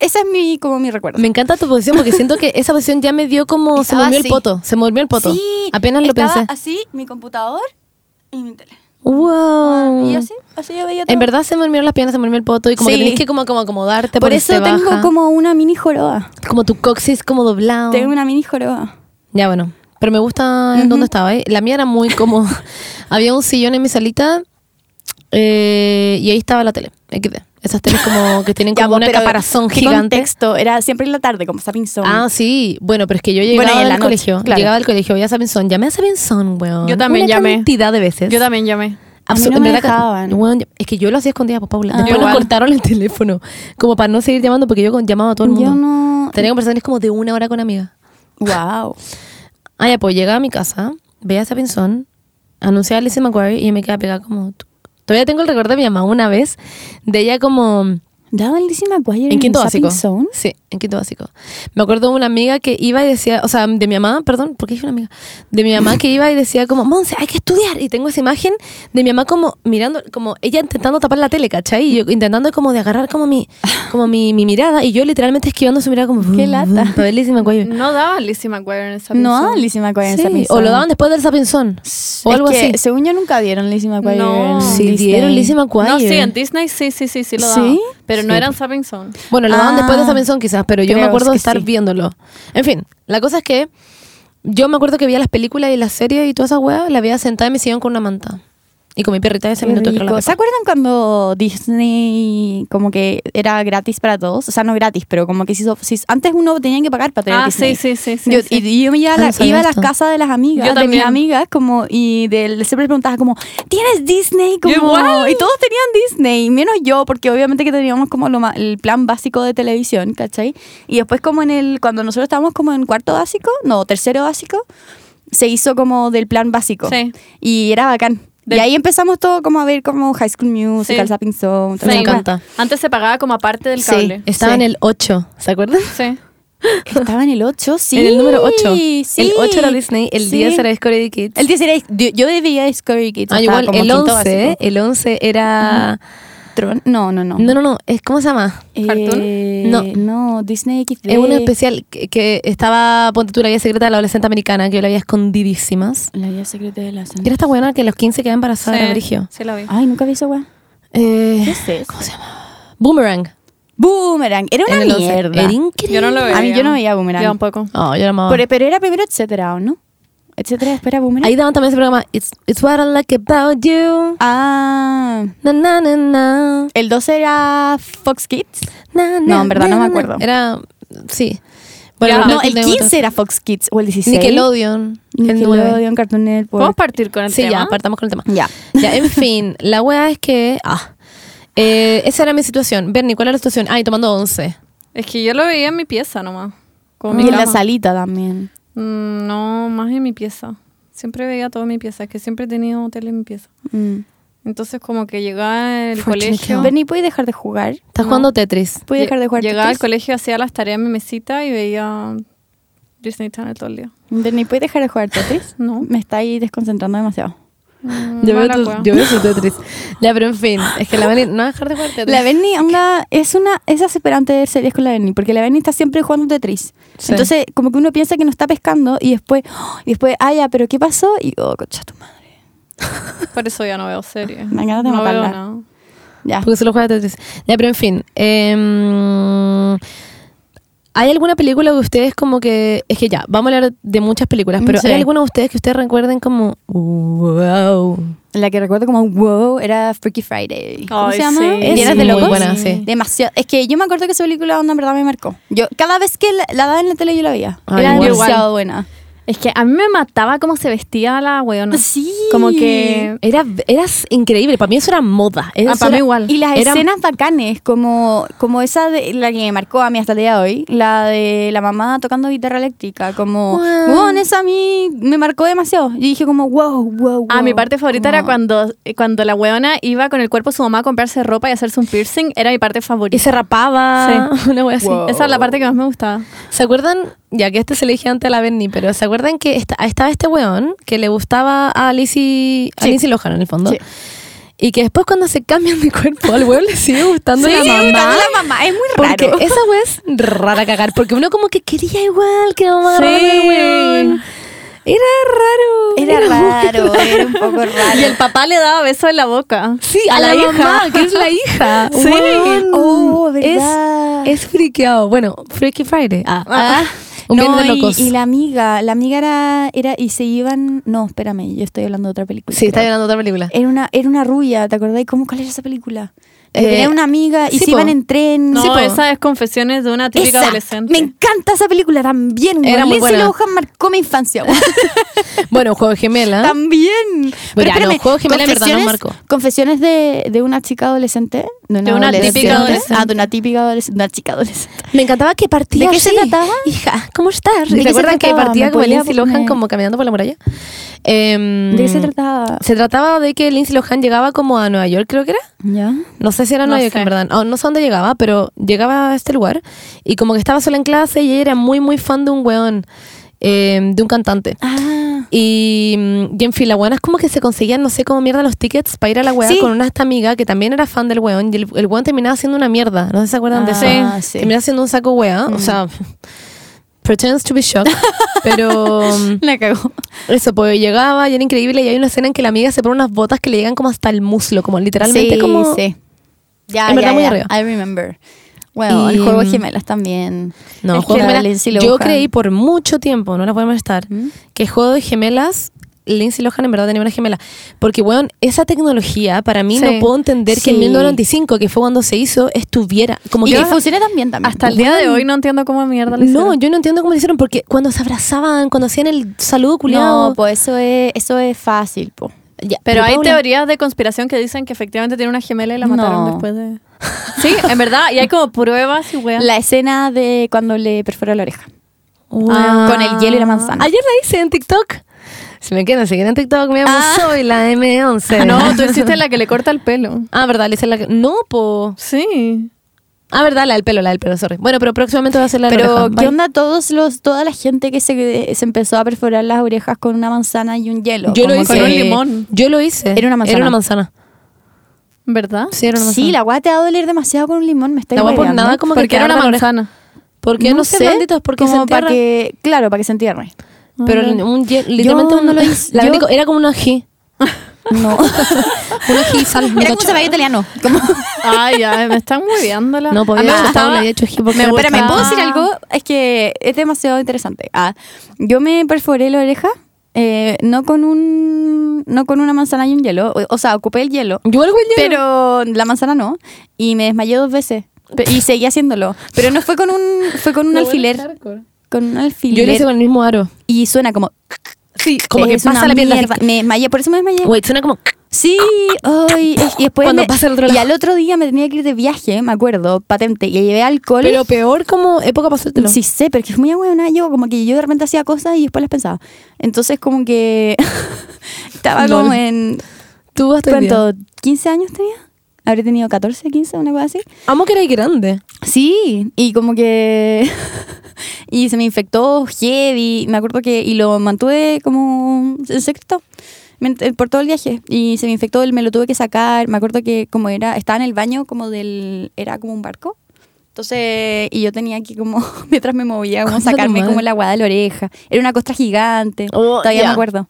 Ese es mi, como mi recuerdo. Me encanta tu posición porque siento que esa posición ya me dio como. Oh, se Estaba me durmió así. el poto. Se me durmió el poto. Sí, Apenas lo estaba pensé. Así, mi computador y mi tele. ¡Wow! Y así, así yo veía todo. Oh. En verdad se me durmieron las piernas, se me durmió el poto y como Sí. que tenés que como, como acomodarte. Por porque eso se te tengo baja. como una mini joroba. Como tu coxis como doblado. Tengo una mini joroba. Ya, bueno. Pero me gusta en dónde estaba. ¿eh? La mía era muy como... Había un sillón en mi salita eh, y ahí estaba la tele. XD. Esas teles como que tienen Ya, como vos, una pero caparazón ¿qué gigante. contexto? Era siempre en la tarde, como Sapinson. Ah, sí. Bueno, pero es que yo Bueno, y llegaba en la al noche, colegio. claro. Llegaba al colegio, veía a Sabinson. Llamé a Sabinson, weón. Yo también Una llamé. cantidad de veces. Yo también llamé. A mí no en me verdad que- dejaban. weón, es que yo lo hacía escondida, pues, Paula. Ah. Después nos Igual. cortaron el teléfono. Como para no seguir llamando, porque yo con- llamaba a todo el mundo. Yo no... Tenía conversaciones como de una hora con amigas. Wow. Ah, ya, pues llegaba a mi casa, veía a esa pinzón, anunciaba a Lizzie McGuire y me quedaba pegada como. tuc. Todavía tengo el recuerdo de mi mamá una vez, de ella como. Daban Lizzie McGuire En quinto básico. Sapinson. Sí, en quinto básico. Me acuerdo de una amiga que iba y decía, o sea, de mi mamá, perdón, ¿por qué dije una amiga? De mi mamá que iba y decía como, Monse, hay que estudiar. Y tengo esa imagen de mi mamá como mirando, como ella intentando tapar la tele, ¿cachai? Y yo intentando como de agarrar como mi, como mi, mi mirada y yo literalmente esquivando su mirada como... Qué lata. Para ver Lizzie McGuire. No daban Lizzie McGuire en esa No película. daban Lizzie McGuire en Sí, Sapinson. o lo daban después del sapinzón. O algo así. Según yo nunca vieron Lizzie McGuire No. en Sí, Disney. dieron Lizzie McGuire. No, sí, en Disney sí, sí, sí, sí lo ¿Sí? daban. Pero no Sí. eran Sapping Zone. Bueno, lo daban Ah, después de esa mención quizás, pero yo me creo acuerdo de que estar sí. viéndolo. En fin, la cosa es que yo me acuerdo que veía las películas y las series y todas esas weas, la veía sentada en mi sillón con una manta. Y con mi perrita de ese Qué minuto que era la rico. Pepa. ¿Se acuerdan cuando Disney como que era gratis para todos? O sea, no gratis, pero como que se hizo- se hizo- antes uno tenía que pagar para tener Ah, Disney. sí, sí, sí, sí, yo, sí. Y, y yo me iba a, Ah, no la- sabía iba a las esto. casas de las amigas, Yo de mis también. amigas, como, y de, siempre les preguntaba como, ¿tienes Disney? Como, Yo igual. Y todos tenían Disney, menos yo, porque obviamente que teníamos como lo ma- el plan básico de televisión, ¿cachai? Y después como en el, cuando nosotros estábamos como en cuarto básico, no, tercero básico, se hizo como del plan básico. Sí. Y era bacán. Del- Y ahí empezamos todo como a ver como High School Musical, Sí. Zapping Zone. Me Sí. encanta. Antes se pagaba como aparte del cable. Estaba Sí. en el 8, ¿se acuerdan? Sí. Estaba en el 8, sí. En el número 8. Sí. El 8 era Disney, el Sí. 10 era Discovery Kids. El 10 era... Yo, yo veía Discovery Kids. ah, estaba igual, como el quinto 11, básico. el 11 era... Tron- No, no, no. No, no, no, es- ¿cómo se llama? ¿Cartoon? Eh, No. No, Disney XD. Es una especial que, que estaba, ponte tú, la vida secreta de la adolescente americana, que yo la había escondidísimas. La vida secreta de la Era esta buena que a los 15 quedaba embarazada Sí, de Brigio. Sí, la vi. Ay, nunca vi esa weá. Eh, ¿Qué es eso? ¿Cómo se llama? Boomerang. Boomerang. Era En una el once. mierda. Era increíble. Yo no lo veía. A mí yo no veía Boomerang. Yo tampoco. Oh, yo la amaba. Pero, pero era primero etcétera, ¿o no? Etcétera, espera, Boomerang. Ahí daban también ese programa. It's, it's what I like about you. Ah... Na, na, na, na. El 12 era Fox Kids. Na, na, No, en verdad no me na, na. acuerdo. Era. Sí. Ya. pero no, el tengo 15 era Fox Kids o el otro. 16. Nickelodeon. El nueve. Nickelodeon, Cartoon Network. ¿Podemos partir con el Sí, tema? ya, partamos con el tema. Ya. Ya, en fin, la wea es que. Ah, Eh, esa era mi situación. Bernie, ¿cuál era la situación? Ay, tomando once. Es que yo lo veía en mi pieza nomás. Como mi Mm. Y en la cama. salita también. Mm, No, más en mi pieza. Siempre veía todo en mi pieza. Es que siempre he tenido tele en mi pieza. Mm. Entonces como que llegaba al Fue colegio. chiquillo. Bernie, ¿puedes dejar de jugar? Estás No. jugando Tetris. ¿Puedes dejar de jugar? Llegaba al Tetris? colegio, hacía las tareas en mi mesita y veía Disney Channel todo el día. Bernie, ¿puedes dejar de jugar Tetris? No. Me está ahí desconcentrando demasiado. Mm, Yo veo, mala tu, wea. yo veo su Tetris. Ya, pero en fin. Es que la Bernie no va a dejar de jugar Tetris. La Bernie anda, es una, es desesperante ver series con la Bernie, porque la Bernie está siempre jugando Tetris. Sí. Entonces, como que uno piensa que no está pescando y después, ¡oh! y después, ah, ya, pero ¿qué pasó? Y, oh, cocha tu madre. Por eso ya no veo series. Me dan ganas de no veo matarla. nada. Ya. Ah, Porque solo juega Tetris. Ya, pero en fin. em, ¿Hay alguna película que ustedes como que... Es que ya, vamos a hablar de muchas películas, pero Sí. ¿hay alguna de ustedes que ustedes recuerden como... Wow. La que recuerdo como, wow, era Freaky Friday. ¿Cómo Ay, se llama? sí. Esa ¿Viernes es de muy Locos? buena, sí. Demasiado. Es que yo me acuerdo que esa película onda, en verdad me marcó. Yo, cada vez que la, la daban en la tele yo la veía. Ay, era igual. demasiado buena. Es que a mí me mataba cómo se vestía la weona. Sí. Como que... Era, eras increíble. Para mí eso era moda. Eso Ah, para era- mí igual. Y las Era- escenas bacanes, como, como esa de la que me marcó a mí hasta el día de hoy, la de la mamá tocando guitarra eléctrica, como, Wow. wow, esa a mí me marcó demasiado. Yo dije como, wow, wow, wow. Ah, mi parte favorita era como- cuando, cuando la weona iba con el cuerpo de su mamá a comprarse ropa y hacerse un piercing. Era mi parte favorita. Y se rapaba. Una wea así. Wow. Esa es la parte que más me gustaba. ¿Se acuerdan? Ya que este se le dije antes a la Bernie, pero ¿se acuerdan que esta- estaba este weón que le gustaba a Lizzie, a Sí. Lindsay Lohan en el fondo? Sí. Y que después cuando se cambian de cuerpo al weón le sigue gustando Sí, la sí, mamá. tocando la mamá, es muy Porque raro. esa wea es rara cagar, porque uno como que quería igual que la mamá Sí. agarrara al weón. Era raro. Era muy raro, era un poco raro. Y el papá le daba besos en la boca. Sí, a, la, mamá, que es la hija. Sí. Weón. Oh, verdad. Es, es friqueado. Bueno, Freaky Friday. Ah, Ah. un no, viernes y- locos. Y, la amiga, la amiga era, era, y se iban, no, espérame, yo estoy hablando de otra película. sí, está creo. viendo otra película. Era una, era una rubia, ¿te acordás? ¿Cómo, ¿Cuál era esa película? Que Eh, tenía una amiga y sí, se po. iban en tren. No, Sí, po. esa es pues, Confesiones de una típica Esa. adolescente. Me encanta esa película también. Era Era muy muy buena. Lohan marcó mi infancia. güey. Bueno, Juego de Gemela. También. ¿Ah? ya, no, Juego de Gemelas en verdad nos confesiones- marcó. Confesiones de, de una chica adolescente. De una, De una típica adolescente. Ah, de una típica adolescente. Una chica adolescente. Me encantaba que partía ¿De qué así. se trataba? Hija, ¿cómo estás? ¿De qué ¿Te se acuerdas que trataba? partía ¿Me como podía Lindsay Lohan poner? como caminando por la muralla? Em, ¿De qué se trataba? Se trataba de que Lindsay Lohan llegaba como a Nueva York, creo que era. ¿Ya? No sé si era No Nueva York, sé. en verdad. No, no sé dónde llegaba, pero llegaba a este lugar. Y como que estaba sola en clase y ella era muy, muy fan de un weón, em, de un cantante. Ah. Y, mm, y en fin, la weona es como que se conseguían, no sé cómo mierda, los tickets para ir a la weá Sí. con una esta amiga que también era fan del weón. Y el, el weón terminaba siendo una mierda. No sé si se acuerdan de eso. Ah, sí. Mm. Terminaba siendo un saco weá. O sea, pretends to be shocked. pero mm, La cagó. eso, pues llegaba y era increíble. Y hay una escena en que la amiga se pone unas botas que le llegan como hasta el muslo, como literalmente sí, como. Sí. Ya, En verdad, ya, muy ya. arriba. I remember. Bueno, Y- el juego de gemelas también. No, Es Juego de que la Gemelas- Lindsay Yo Lohan. creí por mucho tiempo, no la podemos estar, ¿Mm? que Juego de Gemelas, Lindsay Lohan en verdad tenía una gemela. Porque, weón, esa tecnología para mí Sí. no puedo entender que en Sí. 1995, que fue cuando se hizo, estuviera. Como Y que que funcione también también. Hasta el día de hoy no entiendo cómo mierda le No, hicieron. yo no entiendo cómo lo hicieron, porque cuando se abrazaban, cuando hacían el saludo culiado. No, pues eso es, eso es fácil, po. Ya, Pero, hay Paula, teorías de conspiración que dicen que efectivamente tiene una gemela y la No. mataron después de... Sí, en verdad. Y hay como pruebas y weas. La escena de cuando le perfora la oreja. weón. Ah, con el hielo y la manzana. Ayer la hice en TikTok. Si me quieren seguir en TikTok, me llamo Ah. Soy la M11. Ah, No, tú hiciste la que le corta el pelo. Ah, verdad, le hice la que- No, po. Sí. Ah, verdad, la del pelo, la del pelo, sorry. Bueno, pero próximamente voy a hacer la de la Pero, oreja. ¿qué Bye. onda todos los, toda la gente que se, se empezó a perforar las orejas con una manzana y un hielo? Yo lo Como hice. con un que- limón. Yo lo hice. Era una manzana. Era una manzana. ¿Verdad? Sí, era una manzana. Sí, la guata te va a doler demasiado con un limón, me está La guata por nada como que Porque era te una arde la oreja. manzana. ¿Por qué no, sé, blanditos? Porque se como entierra. para que, claro, para que se entierre. Pero un ye- literalmente Yo uno lo no- hice. La yo- única- era como un ají. No. Un ají y sal. me Era como cacho. zapallo italiano. Como- Ay, ya, me están moviendo la... No A mí podía me haber gustaba- estado, le había hecho ají porque me me Pero Ah, me gustaba. puedo decir algo, es que es demasiado interesante. Ah, yo me perforé la oreja, eh, no con un no con una manzana y un hielo, o, o sea, ocupé el hielo, Yo algo el hielo. pero la manzana no, y me desmayé dos veces pe- y seguí haciéndolo, pero no fue con un fue con un alfiler, con un Yo lo hice alfiler con el mismo aro. y suena como Sí, como que es una pasa la piel. mierda. Me desmayé, por eso me desmayé. Wait, suena como. Sí, ay, es- y después Cuando me- pasa al otro y lado. al otro día me tenía que ir de viaje, me acuerdo, patente, y llevé alcohol. Pero peor como época pasártelo. Sí sé, pero es que fue muy ahueonada yo, como que yo de repente hacía cosas y después las pensaba. Entonces como que estaba Lol. como en Tú hasta hoy día. ¿cuánto? 15 años tenía. Habré tenido 14, 15, una cosa así. Amo que eres grande. Sí, y como que y se me infectó heavy, me acuerdo que y lo mantuve como en secreto me ent- por todo el viaje y se me infectó, me lo tuve que sacar, me acuerdo que como era estaba en el baño como del era como un barco. Entonces, y yo tenía que como, mientras me movía, como Concha tu sacarme madre. como la guada de la oreja. Era una costra gigante. Oh, Todavía ya. me acuerdo.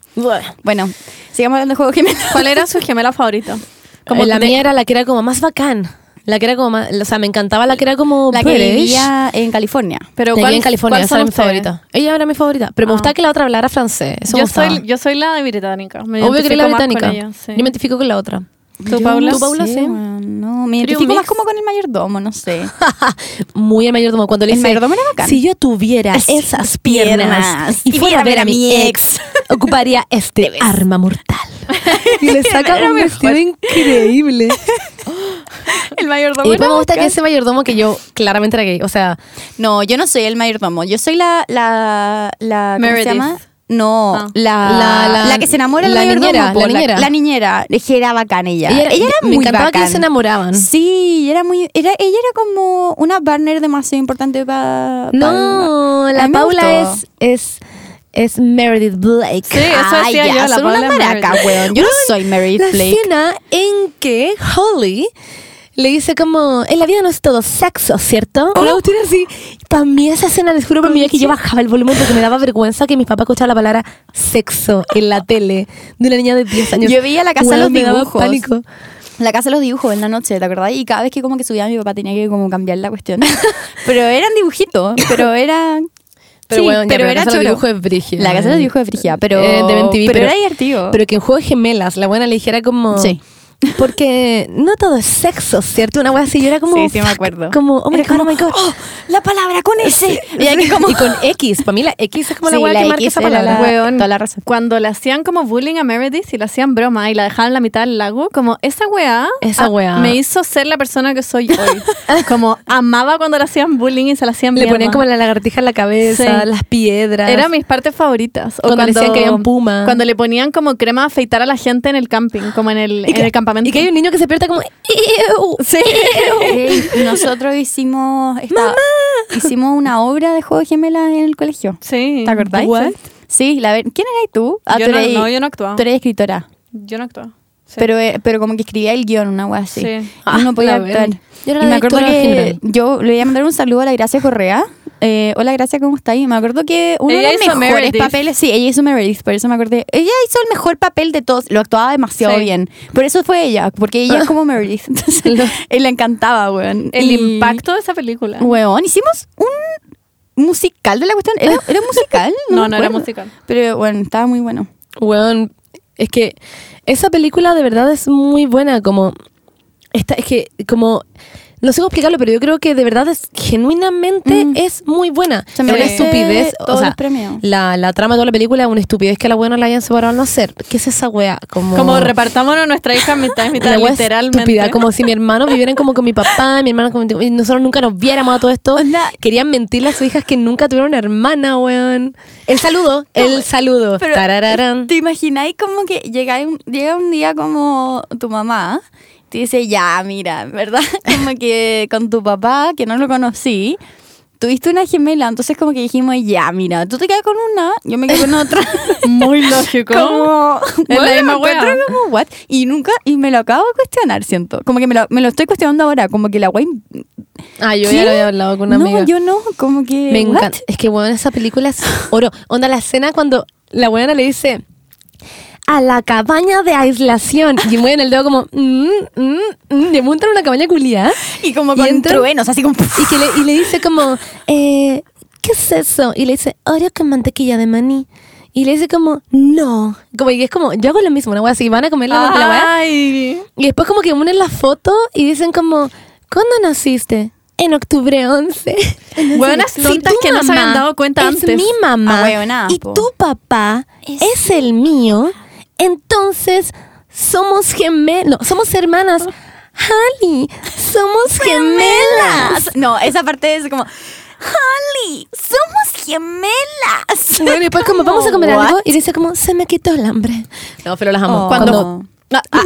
Bueno, sigamos hablando de juegos que me... ¿Cuál era su gemela favorita? Como la de- mía era la que era como más bacán. La que era como más, o sea, me encantaba la que era como La que British. vivía en California. Pero Pero ¿cuál- en California, cuál esa son era mi ustedes? favorita. Ella era mi favorita, pero me Ah. gustaba que la otra hablara francés. Eso me Yo gustaba. soy, yo soy la de británica. Me Obvio que era la identifico más con británica. ella, sí. Yo me identifico con la otra. ¿Tú, Yo Paula? no ¿Tú, Paula, sé, sí? weón, No, me Pero identifico un más mix. como con el mayordomo, no sé. Muy el mayordomo. Cuando le El dice, mayordomo era bacán. Si yo tuviera Es- esas piernas piernas y fuera a ver a mi ex, ocuparía este arma mortal. Y le saca Era un mejor. vestido increíble. el Y mayordomo. después me gusta que ese mayordomo que yo claramente era gay. O sea, No, yo no soy el mayordomo. Yo soy la. la, la ¿Cómo Meredith. se llama? No, Ah. la, La- la, la- que se enamora del la mayordomo. niñera, po, la niñera. La niñera. Es que era bacán ella. Ella Ella era- era, me muy encantaba que bacán. se enamoraban. Sí, era muy. Era, ella era como una partner demasiado importante para. no, A la mí me Paula es, gustó. es, es Meredith Blake. Sí, eso decía yo, la son una Paula maraca, Meredith. weón. Yo no soy Meredith la Blake. escena en que Holly le dice como, en la vida no es todo sexo, ¿cierto? Una cuestión así. Para mí esa escena, les juro por mi vida que yo bajaba el volumen porque me daba vergüenza que mis papás escuchaban la palabra sexo en la tele de una niña de 10 años. Yo veía la casa de Weón, los me daba dibujos. pánico. La casa de los dibujos en la noche, ¿te acordás? Y cada vez que como que subía mi papá tenía que como cambiar la cuestión. pero eran dibujitos, pero era... Pero Sí, bueno, ya, pero la casa de los chulo. dibujos es brígida. La casa de los dibujos de Frigia, pero, Eh, de MTV, pero, pero- era divertido. Pero que en Juegos Gemelas la buena le dijera como... Sí. Porque no todo es sexo, ¿cierto? Una wea así, yo era como... Sí, sí, me fuck, acuerdo. Como, oh my Era god, oh my god. ¡Oh! la palabra con ese. Y hay que como... Y con X, para mí la X es como la Sí, wea la que marca X esa era palabra. la- Weón, toda la razón. Cuando le hacían como bullying a Meredith y le hacían broma y la dejaban en la mitad del lago, como esa weá, Esa ah, weá. me hizo ser la persona que soy hoy. como amaba cuando le hacían bullying y se la hacían Le mierda. ponían como la lagartija en la cabeza, Sí. las piedras. Era mis partes favoritas. O Cuando le decían que habían puma. Cuando le ponían como crema a afeitar a la gente en el camping, como en el, Y en el campamento. Y que hay un niño que se despierta como... "Ew". Ey, Nosotros hicimos... esta- Ah. Hicimos una obra de Juego de Gemelas en el colegio. Sí. ¿Te acordáis? What? Sí, la ver... ¿Quién eras tú? Ah, Yo tú no- eras- no, yo no actuaba. Tú eras escritora. Yo no actuaba. Sí. Pero, eh, pero como que escribía el guión, una wea así. Sí. Y Ah, no podía la actuar. Belén. Yo era Y la me acuerdo directora que general. yo le voy a mandar un saludo a la Gracia Correa. Eh, hola Gracia, ¿cómo está ahí? Me acuerdo que uno Ella de los hizo mejores Meredith. papeles, sí, ella hizo Meredith, por eso me acordé. Ella hizo el mejor papel de todos, lo actuaba demasiado Sí. bien. Por eso fue ella, porque ella es como Meredith. Entonces, él le encantaba, weón. el Y- impacto de esa película. Weón, hicimos un musical de la cuestión. ¿Era, era musical? No, No, me no era acuerdo. musical. Pero bueno, estaba muy bueno. Weón, es que esa película de verdad es muy buena, como esta, es que como no sé cómo explicarlo, pero yo creo que de verdad es genuinamente Mm. es muy buena. Se es una merece estupidez, o todos sea, los premios. la, la trama de toda la película es una estupidez que a la buena la hayan separado al nacer. ¿Qué es esa wea? Como Oh. Como repartámonos nuestra hija en mitad y mitad, una wea literalmente. estúpida, como si mi hermano viviera como con mi papá, mi hermano con mi tío, y nosotros nunca nos viéramos a todo esto. Onda- Querían mentirle a sus hijas que nunca tuvieron hermana, weón. El saludo, el saludo. Pero, Tarararán. ¿Te imagináis como que llega un, llega un día como tu mamá? Te dice, ya, mira, ¿verdad? Como que con tu papá, que no lo conocí, tuviste una gemela, entonces como que dijimos, ya, mira, tú te quedas con una, yo me quedo con otra. Muy lógico. como, Es la bueno, misma me encuentro wea. como, what? Y nunca, y me lo acabo de cuestionar, siento. Como que me lo, me lo estoy cuestionando ahora, como que la wey... Ah, yo ya ¿Qué? lo había hablado con una no, amiga. yo no, como que... Me what? encanta. Es que, weón, esa película es oro. Onda, la escena cuando la weona le dice a la cabaña de aislación y mueven el dedo como mm, mm, mm, y montan una cabaña culiada Y como Y con entran- truenos, así como... y que le, y le dice como eh, ¿qué es eso? y le dice Oreo con mantequilla de maní y le dice como no como y es como yo hago lo mismo una wea así van a comer la, Ah. la wea Ay. y después como que unen la foto y dicen como, ¿cuándo naciste? En octubre 11. Buenas Si tontas tu que no se mamá habían dado cuenta es antes. mi mamá Ah, huevonadas, y po. tu papá es, el mío, entonces somos gemelos, somos hermanas. Ah. Harley, somos gemelas. No, esa parte es como, Holly, somos gemelas. Bueno, y después como vamos a comer ¿What? algo y dice como se me quitó el hambre. No, pero las amo. Oh. Cuando, Ah, ah,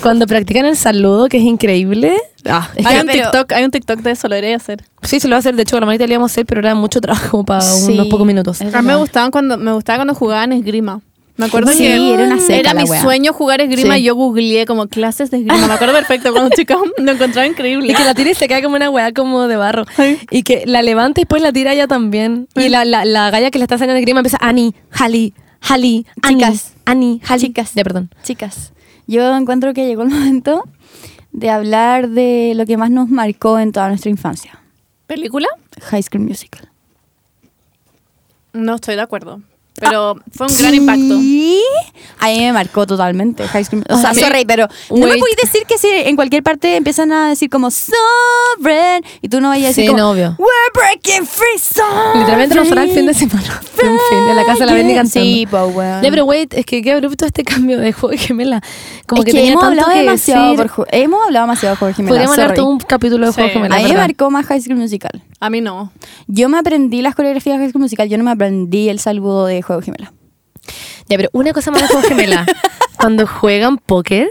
cuando practican el saludo, que es increíble. Ah, es Hay que- un, pero- TikTok, hay un TikTok de eso, lo iré a hacer. sí, se lo va a hacer. De hecho, con la manita le íbamos a hacer, pero era mucho trabajo para Sí. unos pocos minutos. Es A mí me verdad. gustaban cuando me gustaba cuando jugaban esgrima. Me acuerdo Sí, que era una seca era la mi wea. sueño jugar esgrima Sí. y yo googleé como clases de esgrima. Me acuerdo perfecto cuando chica lo encontraba increíble. Y que la tira y se cae como una weá como de barro. Ay. Y que la levanta y después la tira ella también. Y la, la, la galla que le está saliendo el grima empieza Ani, Jali, Jali, Ani, Chicas. Ani, Jali. Chicas. Ya, perdón. Chicas, yo encuentro que llegó el momento de hablar de lo que más nos marcó en toda nuestra infancia. ¿Película? High School Musical. No estoy de acuerdo. Pero fue un gran impacto. Sí. A mí me marcó totalmente High School O sea, Ah, sí. sorry, pero no me Wait. podéis decir que si en cualquier parte empiezan a decir como Sovereign y tú no vayas a decir Sí, como, no, obvio. We're breaking free sovereign. Literalmente nos fuera el fin de semana. Fue un fin, en la casa de la Bendy cantando. Sí, po, weón. Ya, pero wait, es que qué abrupto este cambio de juego de gemela. Como Es que, tenía hemos tanto hablado que demasiado decir. por ju- hemos hablado demasiado por Jimena. Podríamos hablar sorry. todo un capítulo de Sí. juego de gemela. A mí me ¿verdad? marcó más High School Musical. A mí no. Yo me aprendí las coreografías de High School Musical, yo no me aprendí el saludo de Juego Gemela. Ya, pero una cosa más de juego de gemela. Cuando juegan póker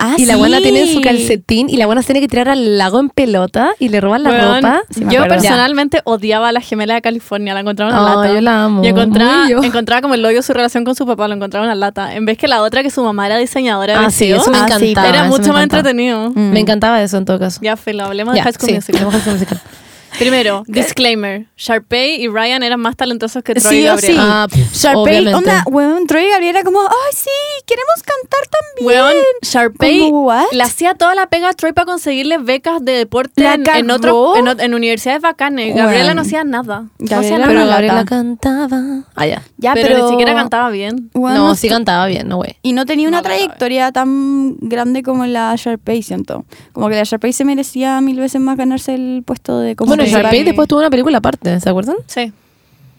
Ah, y la sí. buena tiene su calcetín y la buena se tiene que tirar al lago en pelota y le roban la Weón, ropa. Sí, me yo acuerdo. personalmente odiaba a la gemela de California, la encontraba una Ah, lata. yo la amo, Y encontraba, muy yo. encontraba como el odio de su relación con su papá, lo encontraba una lata. En vez que la otra, que su mamá era diseñadora de Ah, sí, vestidos, eso me Ah, sí, encantaba. era eso me mucho más encantaba. entretenido. Mm. Me encantaba eso en todo caso. Ya, Felo, hablemos Ya, de High School sí, Musical. hablemos de High School Musical. Primero, disclaimer. Sharpay y Ryan eran más talentosos que Troy y Sí o Gabriel. sí. Ah, pff, Sharpay, obviamente. onda, weón, Troy y Gabriel era como, ay, sí, queremos cantar también. Weón, Sharpay Como, what? le hacía toda la pega a Troy para conseguirle becas de deporte La en, en cagó. otro, en, o- en universidades bacanes. Gabriela Weón. no hacía nada. Gabriela no hacía Pero una nada. Gabriela lata. cantaba. Ah, ya. Ya, pero, ni siquiera cantaba bien. weón, no, sí cantaba bien, no, güey. Y no tenía una No, no, no. trayectoria tan grande como la Sharpay, siento. Como que la Sharpay se merecía mil veces más ganarse el puesto de como Bueno, Sí. principal. Sharpay después tuvo una película aparte, ¿se acuerdan? Sí.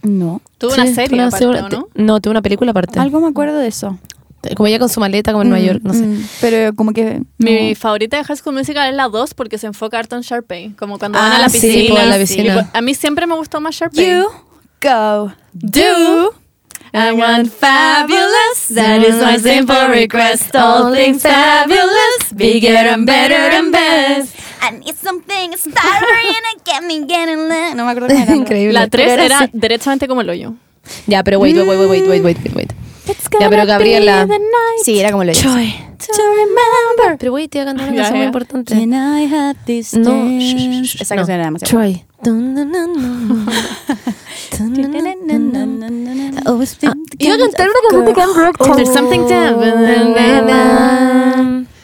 No, Tuvo Sí, una serie, aparte, segura- ¿o ¿no? te- No, tuvo una película aparte. algo me acuerdo de eso. Como ella con su maleta, como en Nueva Mm, York, no sé. mm, Pero como que... Mi favorita de High School Musical es la 2 porque se enfoca harto en Sharpay. Como cuando van Ah, a la sí, piscina. por la sí. piscina. Y por- A mí siempre me gustó más Sharpay. You go do. I want fabulous. That is my simple request. All things fabulous. Bigger and better and best. I need something starry and get me getting lit. No me acuerdo cómo era. Increíble. La 3 Pero era, era así. derechamente como el hoyo. Ya, pero wait, wait, wait, wait, wait, wait, wait, wait. It's Ya, pero gonna Gabriela- be the night Sí, era como lo Joy to remember. Pero wait, te iba a cantar una Ya, canción ya. muy importante. When I had this No, chance. sh- sh- sh- Esa no. canción era demasiado. Troy. Dun, dun, dun, dun. Dun, dun, dun, dun, dun. Oh, Ah, Iba a cantar una canción de Camp Rock. Oh, there's something to-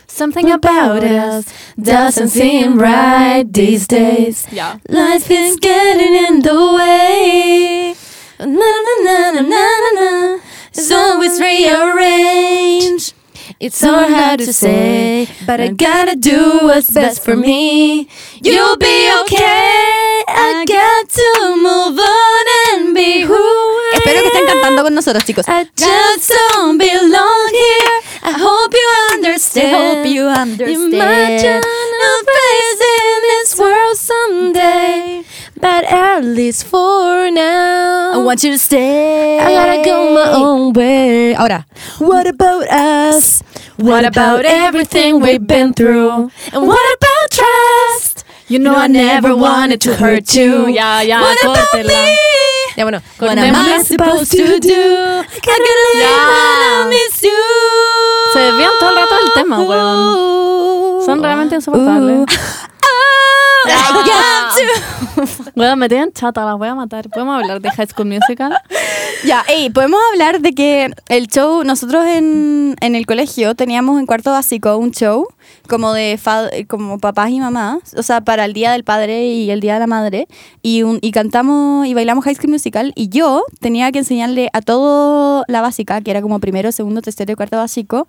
Something about us doesn't seem right these days. Ya. Life is getting in the way. Na na na na na na na. It's always rearranged. It's so hard to say, but I gotta do what's best for me. You'll be okay. I got to move on and be who I am. Espero que estén cantando con nosotros, chicos. I just don't belong here. I hope you understand. I hope you understand. Imagine a place in this world someday, but at least for now. I want you to stay. I gotta go my own way. Ahora, what about us? What about everything we've been through? And what about trust? You know I never wanted to hurt you. Ya, ya, What about córtela. Ya bueno, What cortemos. am I supposed to do? I gotta live when I miss you. Se desvían todo el rato del tema, weón. Uh, Son realmente insoportables. Oh, I got to- Weón, me tienen chata, las voy a matar. ¿Podemos hablar de High School Musical? Ya, ey, podemos hablar de que el show, nosotros en, en el colegio teníamos en cuarto básico un show como de fa- como papás y mamás, o sea, para el Día del Padre y el Día de la Madre, y, un- y cantamos y bailamos High School Musical, y yo tenía que enseñarle a todo la básica, que era como primero, segundo, tercero y cuarto básico,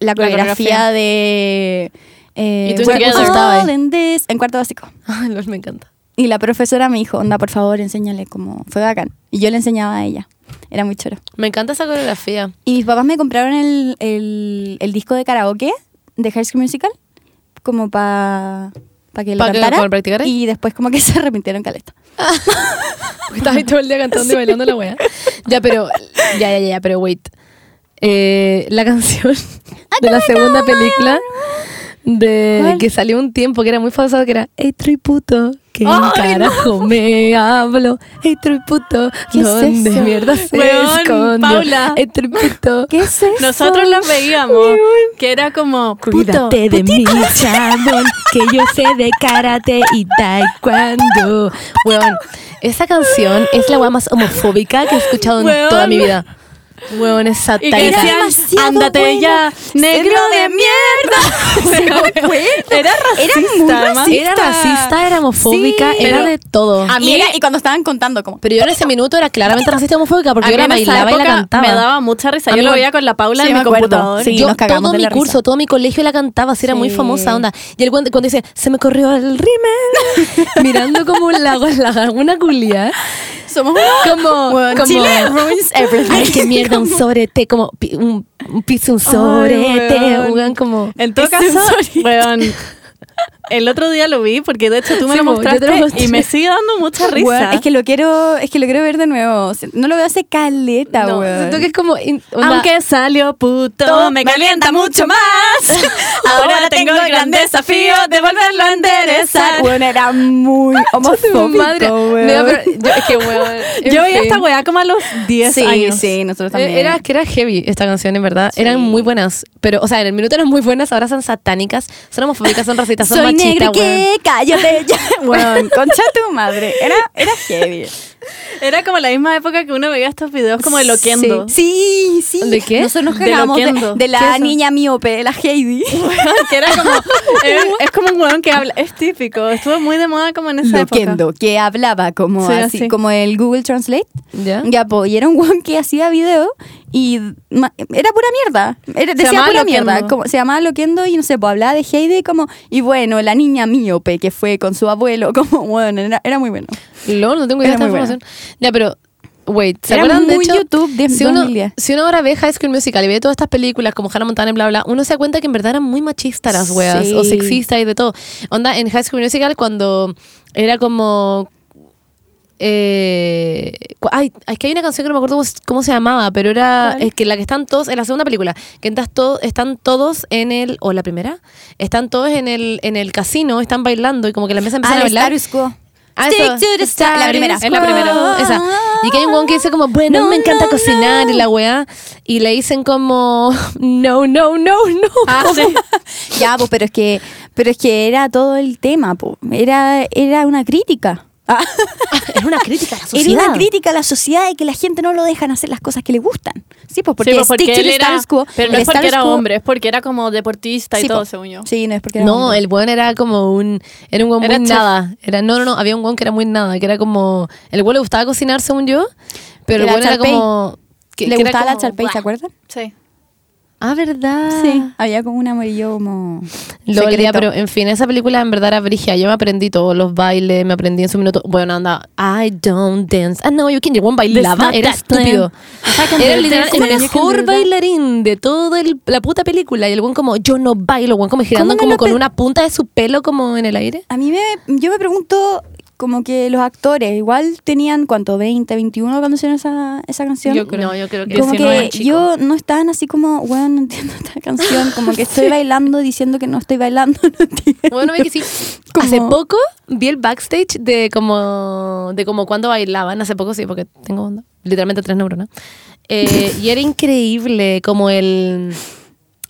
la coreografía, coreografía. de... eh, Y tú We're together. all in this- en cuarto básico. Ay, Lord, me encanta. Y la profesora me dijo, onda, por favor, enséñale como fue bacán. Y yo le enseñaba a ella. Era muy choro. Me encanta esa coreografía. Y mis papás me compraron el, el, el disco de karaoke de High School Musical como para que lo Pa' que- cantara. como lo practicara. Y después como que se arrepintieron caleta. Porque estaba ahí todo el día cantando y bailando la wea. Ya, pero. Ya, ya, ya, pero wait. Eh, la canción de la segunda película de Ah, ¿Cuál? que salió un tiempo que era muy famosa que era Ey triputo, que ¡Ay, carajo me hablo. Ey triputo, ¿Qué es ¿dónde eso? mierda se Weón, esconde? Paula. Ey triputo, ¿Qué es eso? Nosotros las veíamos, que era como, puto, Cuídate de mí, Sabón, que yo sé de karate y taekwondo. Weón, esa canción es la weá más homofóbica que he escuchado en Weón. toda mi vida. Weón, es y que satánica. Era decían, demasiado ándate buena. ya, negro de mierda. era Era muy racista. racista. Era racista, era homofóbica, Sí. era Pero- de todo. Y, era- y cuando estaban contando como... Pero yo en ese minuto era claramente racista y homofóbica porque A yo mí la en esa bailaba y la época cantaba. Me daba mucha risa. A Yo mí lo igual- veía con la Paula Sí, en me mi acuerdo. computador. Sí. y- yo nos cagamos todo de mi la risa. curso, todo mi colegio la cantaba, sí, era muy Sí. famosa, onda. Y el cuando, cuando dice, se me corrió el rímel, mirando como un lago, en la laguna culia. Somos Como, Bueno, como Chile ruins everything. Ay, qué mierda, un sorete, como pi- un, un pizza, un sorete, weón. weón, como... En todo Ese caso, sorete. weón, el otro día lo vi porque de hecho tú me Sí, lo po, yo te lo mostraste mostré. y me sigue dando mucha risa. Weón, es que lo quiero, es que lo quiero ver de nuevo. No lo veo hace caleta, No, weón. siento que es como... in- onda, Aunque salió puto, me calienta mucho más. Ahora tengo el gran desafío de volverlo a enderezar. Weón, era muy tu homofóbico, madre. weón. No, pero yo- es que, weón, en Yo veía fin. esta weá como a los 10 sí, años. sí, nosotros también. Eh, Era que era heavy esta canción, en verdad. Eran muy buenas. Pero, o sea, en el minuto eran muy buenas, ahora son satánicas, son homofóbicas, son racistas, son Soy machistas, negro weón. que cállate ya. Weón, concha tu madre. Era, era heavy. Era como la misma época que uno veía estos videos como de loquendo. Sí, sí. ¿De qué? Nosotros nos De cagamos de, loquendo. de ¿Qué la es eso? niña miope, de la Heidi. que era como es, es como un weón que habla es típico estuvo muy de moda como en esa época Loquendo, que hablaba como Sí, así, así. como el Google Translate. ¿Ah? ¿Ya? Ya, po, y era un weón que hacía video y ma- era pura mierda. Era, decía llamaba pura Loquendo. mierda. Como, se llamaba Loquendo y no sé, pues hablaba de Heidi como, y bueno, la niña miope que fue con su abuelo, como, bueno, era, era muy bueno. LOL, no tengo idea de esta Era muy buena. información. Ya, pero. Wait, ¿se Era acuerdan de muy hecho? YouTube de si, uno, 2010. si uno ahora ve High School Musical y ve todas estas películas como Hannah Montana y bla bla, uno se da cuenta que en verdad eran muy machistas las weas, o Sí. sexistas y de todo. Onda, en High School Musical cuando era como. eh, cu- ay, es que hay una canción que no me acuerdo cómo, se- cómo se llamaba, pero era es que la que están todos en la segunda película, que estás to- están todos en el o la primera, están todos en el en el casino, están bailando y como que la mesa empieza a Ah, bailar. Status quo. Ah, Stick eso. to the status La primera. quo. Es la primera. Esa. Y que hay un weón que dice como, bueno, No, me encanta no, cocinar y la weá. Y le dicen como, no, no, no, no. ah sí Ya, pues, pero es que, pero es que era todo el tema, po. Era, era una crítica. Ah. es una crítica a la Era sociedad. una crítica a la sociedad y que la gente no lo dejan hacer las cosas que le gustan. Sí, pues porque, Sí, pues, stick to él the era status quo, pero no el es porque status era quo- hombre es porque era como deportista Sí, y todo po. según yo Sí, no es porque era No, hombre. el weón era como un. Era un weón Era muy chef. nada. Era, no, no, no. Había un weón que era muy nada. Que era como. El weón le gustaba cocinar, según yo. Pero el Era weón era Charpey. como. que- le que era gustaba la como- charpey, ¿se acuerdan? sí Ah, ¿verdad? Había como un amorillo como. Lo secreto. olía, pero en fin, esa película en verdad era brigia. Yo me aprendí todos los bailes, me aprendí en su minuto. Bueno, anda, I don't dance. Ah, no, you can. Juan bailaba, This era not that estúpido. plan. I can Era do literal this, el man, you can do mejor that. bailarín de toda la puta película. Y el buen como, yo no bailo, buen como girando no como lo con pe- una punta de su pelo como en el aire. A mí me. Yo me pregunto, como que los actores igual tenían, ¿cuánto? ¿20, 21 cuando hicieron esa, esa canción? No, yo creo Como que 19, chico. yo no estaban así como, bueno, no entiendo esta canción, como que estoy bailando diciendo que no estoy bailando, no entiendo. Bueno, ve que sí. Como- Hace poco vi el backstage de como de como cuando bailaban. Hace poco sí, porque tengo onda. literalmente tres neuronas. Eh, y era increíble como el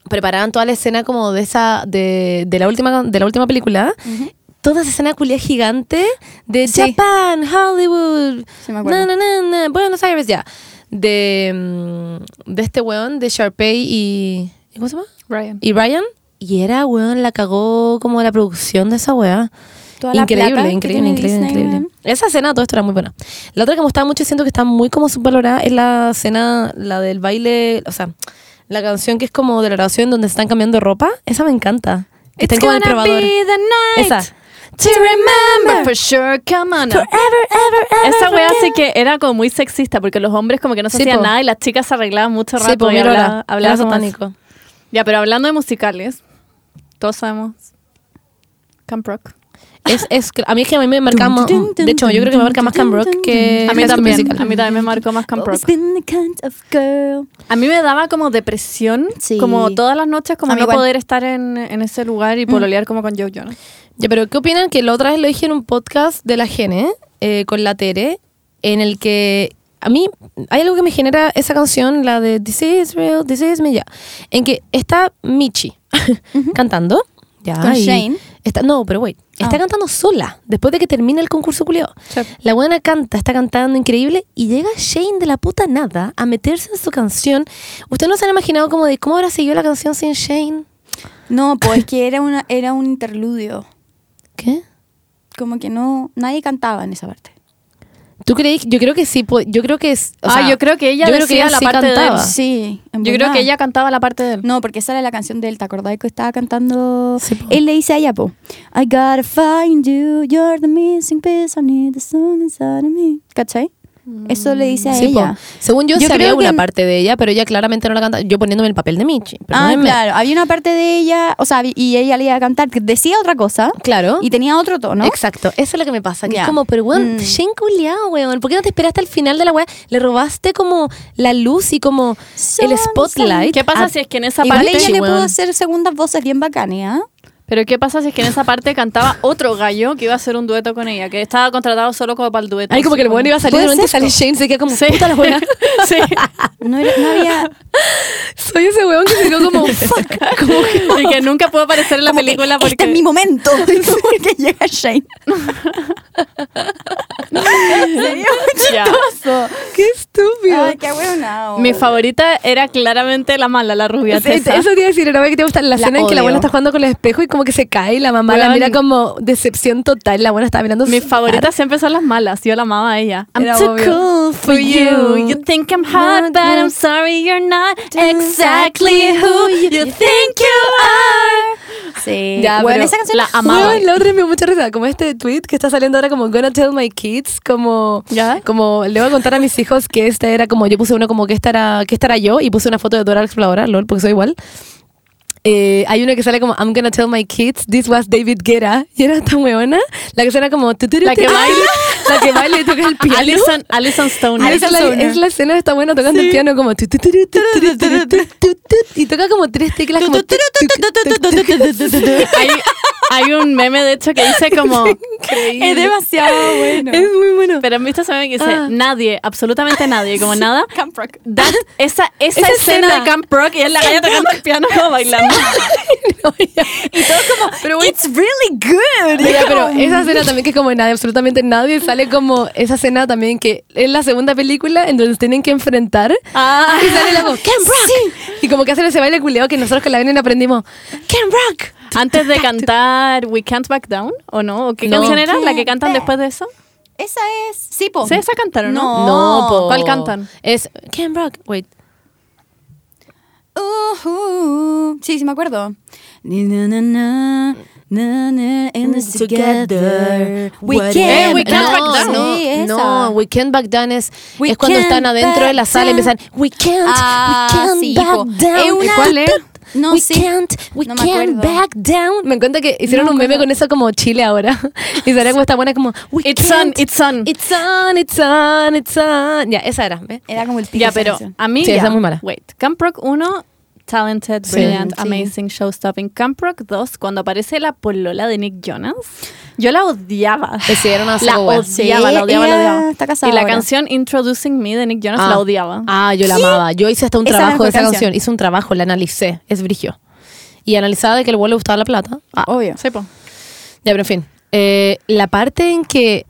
preparaban toda la escena como de esa de, de la última de la última película. Toda esa escena culia gigante de Sí. Japan, Hollywood, Sí, me acuerdo. na, na, na, na, Buenos Aires ya. De, mm, de este weón, de Sharpay y. ¿Cómo se llama? Ryan y Brian. Y era, weón, la cagó como la producción de esa weá. Toda la plata Increíble, que increíble, tiene increíble, Disney, increíble. weón. Esa escena, todo esto era muy buena. La otra que me gustaba mucho y siento que está muy como subvalorada es la escena, la del baile, o sea, la canción que es como de la oración donde se están cambiando ropa. Esa me encanta. Que It's están como en el gonna probador. be the night. Esa. to remember For sure, come on. forever, ever, ever. Esa wea forget. sí que era como muy sexista porque los hombres como que no se Sí, hacían po. nada y las chicas se arreglaban mucho rato Sí, pues y mira, hablaba- ahora, hablaba era como así. satánico. Ya, pero hablando de musicales, todos sabemos Camp Rock. Es, es, que- a mí es que a mí me marca más. De hecho, yo creo que me marca más Cam Rock que. A mí High School también, Eh, Musical. Oh, a mí también me marcó más Camp Rock. Always been the kind of girl. A mí me daba como depresión, Sí. como todas las noches, como A mí no igual. poder estar en, en ese lugar Mm. y pololear como con Joe Jonas. Ya, pero ¿qué opinan? Que la otra vez lo dije en un podcast de la Gene, eh, con la Tere, en el que a mí hay algo que me genera esa canción, la de This is real, this is me, ya. En que está Michi cantando. Ya, Con y Shane. Está, no, pero wait. Está Ah. cantando sola, después de que termina el concurso culiao. Sí. La buena canta, está cantando increíble y llega Shane de la puta nada a meterse en su canción. ¿Ustedes no se han imaginado como de cómo habrá seguido la canción sin Shane? No, pues que era, una, era un interludio. ¿Qué? Como que no, nadie cantaba en esa parte. ¿Tú creí? Yo creo que sí. po- Yo creo que es. o Ah, sea, yo creo que ella decía la sí parte de cantaba. Ah. Sí. en Yo creo verdad. que ella cantaba la parte de él. No, porque esa era la canción de él, ¿te acordás que estaba cantando? Sí, po. él le dice a ella, po, I gotta find you, you're the missing piece, I need the song inside of me. ¿Cachai? Eso le dice a Sí, po. ella. Según yo, Yo sí había creo que una en- parte de ella, pero ella claramente no la canta. Yo poniéndome el papel de Michi. Ah, perdónenme. claro, había una parte de ella, o sea, y ella le iba a cantar, que decía otra cosa Claro. y tenía otro tono. Exacto, eso es lo que me pasa. Que Ya. es como, pero weón, Mm. Shane culiao, weón. ¿Por qué no te esperaste al final de la weá? Le robaste como la luz y como el Son- spotlight. ¿Qué pasa a- si es que en esa Igual parte... ella le weón. pudo hacer segundas voces bien bacanas, ¿ah? Pero ¿qué pasa si es que en esa parte cantaba otro gallo que iba a hacer un dueto con ella? Que estaba contratado solo como para el dueto. Ahí como que así el weón iba a salir, Puede de repente ser, sale po. Shane, se queda como, Sí. puta la weá. Sí. No, era- no había... Soy ese weón que se quedó como, fuck. Como que- Y que nunca pudo aparecer en la como que, película porque... Este es mi momento. porque llega Shane. Sería Ya. mucho. Qué estúpido. Ay, qué oh. bueno. Mi favorita era claramente la mala, la rubia. Sí, Tessa. Eso te iba a decir, era que te gusta la, La escena en que odio. la abuela está jugando con el espejo y como que se cae y la mamá la Weón. mira como decepción total. La abuela estaba mirando. Mis su- favoritas siempre son las malas. Yo la amaba a ella. I'm Era too obvio. cool for you. You think I'm hot, but I'm sorry you're not exactly who you think you are. Sí. Ya, Bueno, pero esa canción la amaba. Weón, la otra me dio mucha risa, como este tweet que está saliendo ahora como gonna tell my kids, como, ¿Ya? como le voy a contar a mis hijos que esta era como, yo puse uno como que esta era, que esta era yo y puse una foto de Dora la Exploradora, lol, porque soy igual. Eh, hay una que sale como I'm gonna tell my kids this was David Guerra y era tan weona la que suena como tu, tu, tu, La que tu, Ah, tu, baila. la que baila y toca el piano Alison, Alison Stone. Ah, esa es, la, es la escena está buena tocando el piano como tu, tu, tu, tu, tu, tu, tu, tu, tu, tu, y toca como tres teclas como tu, tu, tu, tu, tu, tu, tu. Hay, hay un meme, de hecho, que dice como... es demasiado bueno. es muy bueno Pero han visto ese meme que dice Ah. nadie, absolutamente nadie, como nada. Camp Rock. That- esa esa, Esa escena, escena. de Camp Rock y es la galla tocando el piano como bailando. y todo como pero bueno, It's really good. ya, pero esa escena también que es como nadie absolutamente nadie sale como esa escena también que es la segunda película en donde tienen que enfrentar Ah. y sale la como Ken Rock y como que hacen ese baile culeado que nosotros que la ven aprendimos Ken Rock Antes de cantar We Can't Back Down, ¿o no? ¿O ¿Qué No. canción era la que Can't cantan back. después de eso? Esa es. Sí, po. Sí, esa cantaron, ¿no? No. no po. ¿Cuál cantan? Oh. es Ken Rock wait Ujú. Uh-huh. Sí, sí, me acuerdo. Ni, na, na, na, na, na, in this together. We can. What if- Eh, we can't no, back down. No, Sí, esa. no, we can't back down es, We es cuando can't están adentro de la back sala y down. empiezan we can't, Ah, we can't sí, back po. down. Es una- ¿Cuál es? No we sé. can't, we No me can't acuerdo. back down. Me encanta que hicieron No me un meme acuerdo. con eso como Chile ahora. y salía como esta buena como we It's on, can't, it's on. it's on, it's on, it's on. Ya, esa era. ¿ves? Era como el pico ya, esa pero Ah, canción. a mí. Sí, ya. esa es muy mala. Wait, Camp Rock 1, talented, Sí. brilliant, Sí. amazing, showstopping. Camp Rock 2, cuando aparece la polola de Nick Jonas, yo la odiaba. Sí, era una La saco wea. odiaba, la odiaba, la ella odiaba. está casada y la ahora. canción Introducing Me de Nick Jonas Ah. la odiaba. Ah, yo la amaba. Yo hice hasta un Esa trabajo de mejor esa canción. canción. Hice un trabajo, la analicé. Es brigio. Y analizaba de que el abuelo le gustaba la plata. Ah, Obvio. Sí, po. Ya, pero en fin. Eh, la parte en que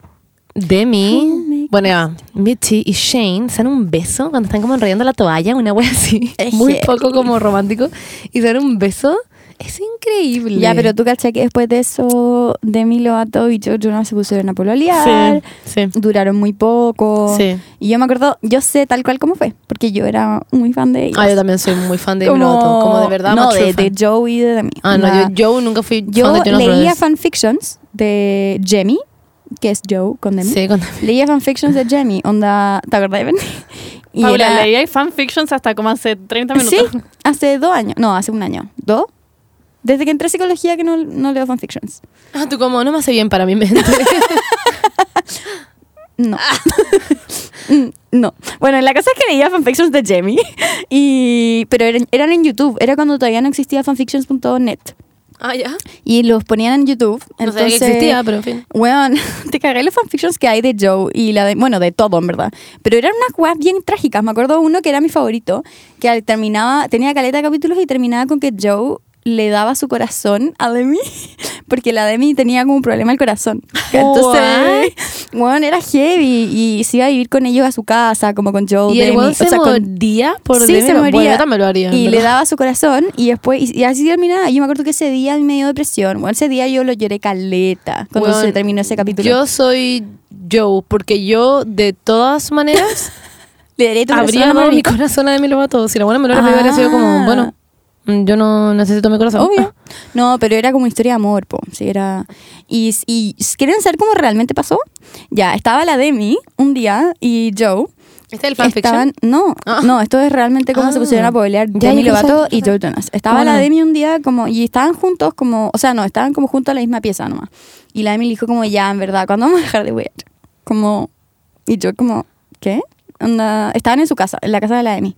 Demi, bueno, ya, Mitty y Shane se dan un beso cuando están como enrollando la toalla, una wea así, Es muy heavy. poco como romántico, y se dan un beso, es increíble. Ya, pero tú caché que después de eso, Demi Lovato y Joe Jonas se pusieron a pololear. Sí, sí. Duraron muy poco. Sí. Y yo me acuerdo, yo sé tal cual cómo fue, porque yo era muy fan de ellos. Ah, yo también soy muy fan de Demi Lovato, como de verdad. No, más true de, fan. de Joe y de Demi. Ah, no, Onda, yo, yo nunca fui yo fan de Jonas leía Brothers. fanfictions de Jemmy, que es Joe con Demi. Sí, con- Leía fanfictions de Jemmy, onda, ¿te acordás de Demi? Y Paula, era- leía fanfictions hasta como hace 30 Sí, minutos. hace dos años, no, hace un año, dos. Desde que entré a psicología que no, no leo fanfictions. Ah, tú como, no me hace bien para mi mente. No. Ah. Mm, no. Bueno, la cosa es que leía fanfictions de Jamie. Y, pero eran, eran en YouTube. Era cuando todavía no existía fanfictions.net. ah, ya. Y los ponían en YouTube. No entonces, sabía que existía, pero en fin. Weón, te cagué los fanfictions que hay de Joe y la de, bueno, de todo en verdad. Pero eran unas weas bien trágicas. Me acuerdo uno que era mi favorito, que al- terminaba, tenía caleta de capítulos y terminaba con que Joe le daba su corazón a Demi, porque la Demi tenía como un problema al corazón. Entonces, weón, era heavy y se iba a vivir con ellos a su casa, como con Joe, Y el Demi, weón o se sea, con- moría por sí, Demi. se Bueno, moría. yo también lo haría. en y le verdad. daba su corazón y después, y, y así terminaba. Yo me acuerdo que ese día a mí me dio depresión. Bueno, ese día yo lo lloré caleta cuando Weón, se terminó ese capítulo. Yo soy Joe, porque yo, de todas maneras, le daré tu corazón habría a dado Mari. mi corazón a Demi Lovato. Si la buena me lo hubiera pedido, hubiera sido Ah. como, bueno, mm, yo no necesito mi corazón. Obvio. No, pero era como una historia de amor, po. Sí, era... Y, y ¿quieren saber cómo realmente pasó? Ya, estaba la Demi un día y Joe. Este es el fanfiction. Estaban, no, Ah. no, esto es realmente cómo se Ah. pusieron a poblear Ya, Demi ya pensaba- Lovato y Joe Jonas. Estaba la Bueno. Demi un día como, y estaban juntos como, o sea, no, estaban como juntos en la misma pieza nomás. Y la Demi le dijo como, ya, en verdad, ¿cuándo vamos a dejar de wear? Como, y yo como, ¿qué? Onda, estaban en su casa, en la casa de la Demi.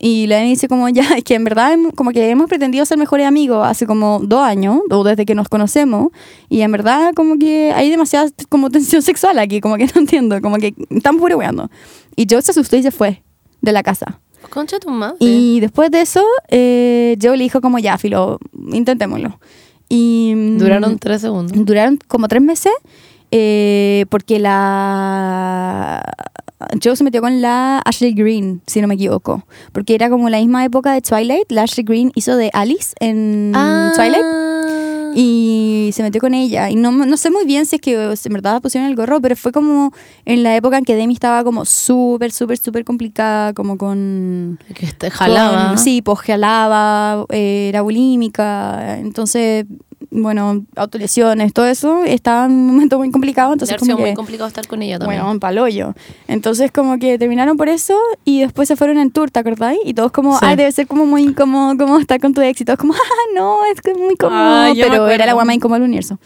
Y la Demi dice como, ya, es que en verdad hem- como que hemos pretendido ser mejores amigos hace como dos años, o desde que nos conocemos, y en verdad como que hay demasiada como tensión sexual aquí, como que no entiendo, como que están puro weando. Y Joe se asustó y se fue de la casa. Concha tu madre. Y después de eso, eh, Joe le dijo como, ya, filo, intentémoslo. Y mm, Duraron tres segundos. Duraron como tres meses eh, porque la... Joe se metió con la Ashley Green, si no me equivoco. Porque era como la misma época de Twilight. La Ashley Green hizo de Alice en Ah. Twilight. Y se metió con ella. Y no, no sé muy bien si es que en verdad pusieron el gorro, pero fue como en la época en que Demi estaba como súper, súper, súper complicada, como con... Que este- jalaba. Con- sí, pues jalaba, eh, era bulímica, entonces, bueno, autolesiones, todo eso, estaba en un momento muy complicado, Debe entonces haber como sido muy que, complicado estar con ella también. bueno, un paloyo. Entonces como que terminaron por eso y después se fueron en tour, ¿te acordáis? Y todos como, Sí. ay, debe ser como muy incómodo como estar con tu ex, y todos como, ah, no, es que es muy incómodo, Ay, yo me pero era acuerdo. la guama incómoda del universo.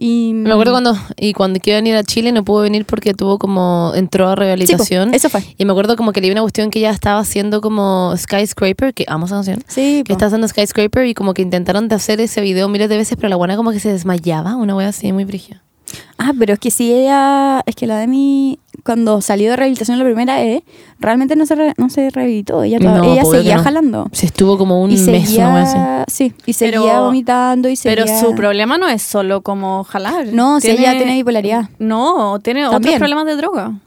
Y, me acuerdo cuando y cuando quiero venir a Chile no pudo venir porque tuvo como entró a Sí, po, rehabilitación eso fue. y me acuerdo como que le vi una cuestión que ella estaba haciendo como skyscraper que amo esa canción Sí, que po. está haciendo skyscraper y como que intentaron de hacer ese video miles de veces pero la buena como que se desmayaba una wea así muy brígida Ah, pero es que si ella, es que la Demi, cuando salió de rehabilitación la primera E, realmente no se, re- no se rehabilitó, ella, to- No, ella obvio que seguía no. jalando. se estuvo como un y mes una wea así seguía, sí, y seguía Pero- vomitando y seguía... Pero su problema no es solo como jalar. No, si ella tiene bipolaridad. No, tiene otros También. problemas de droga.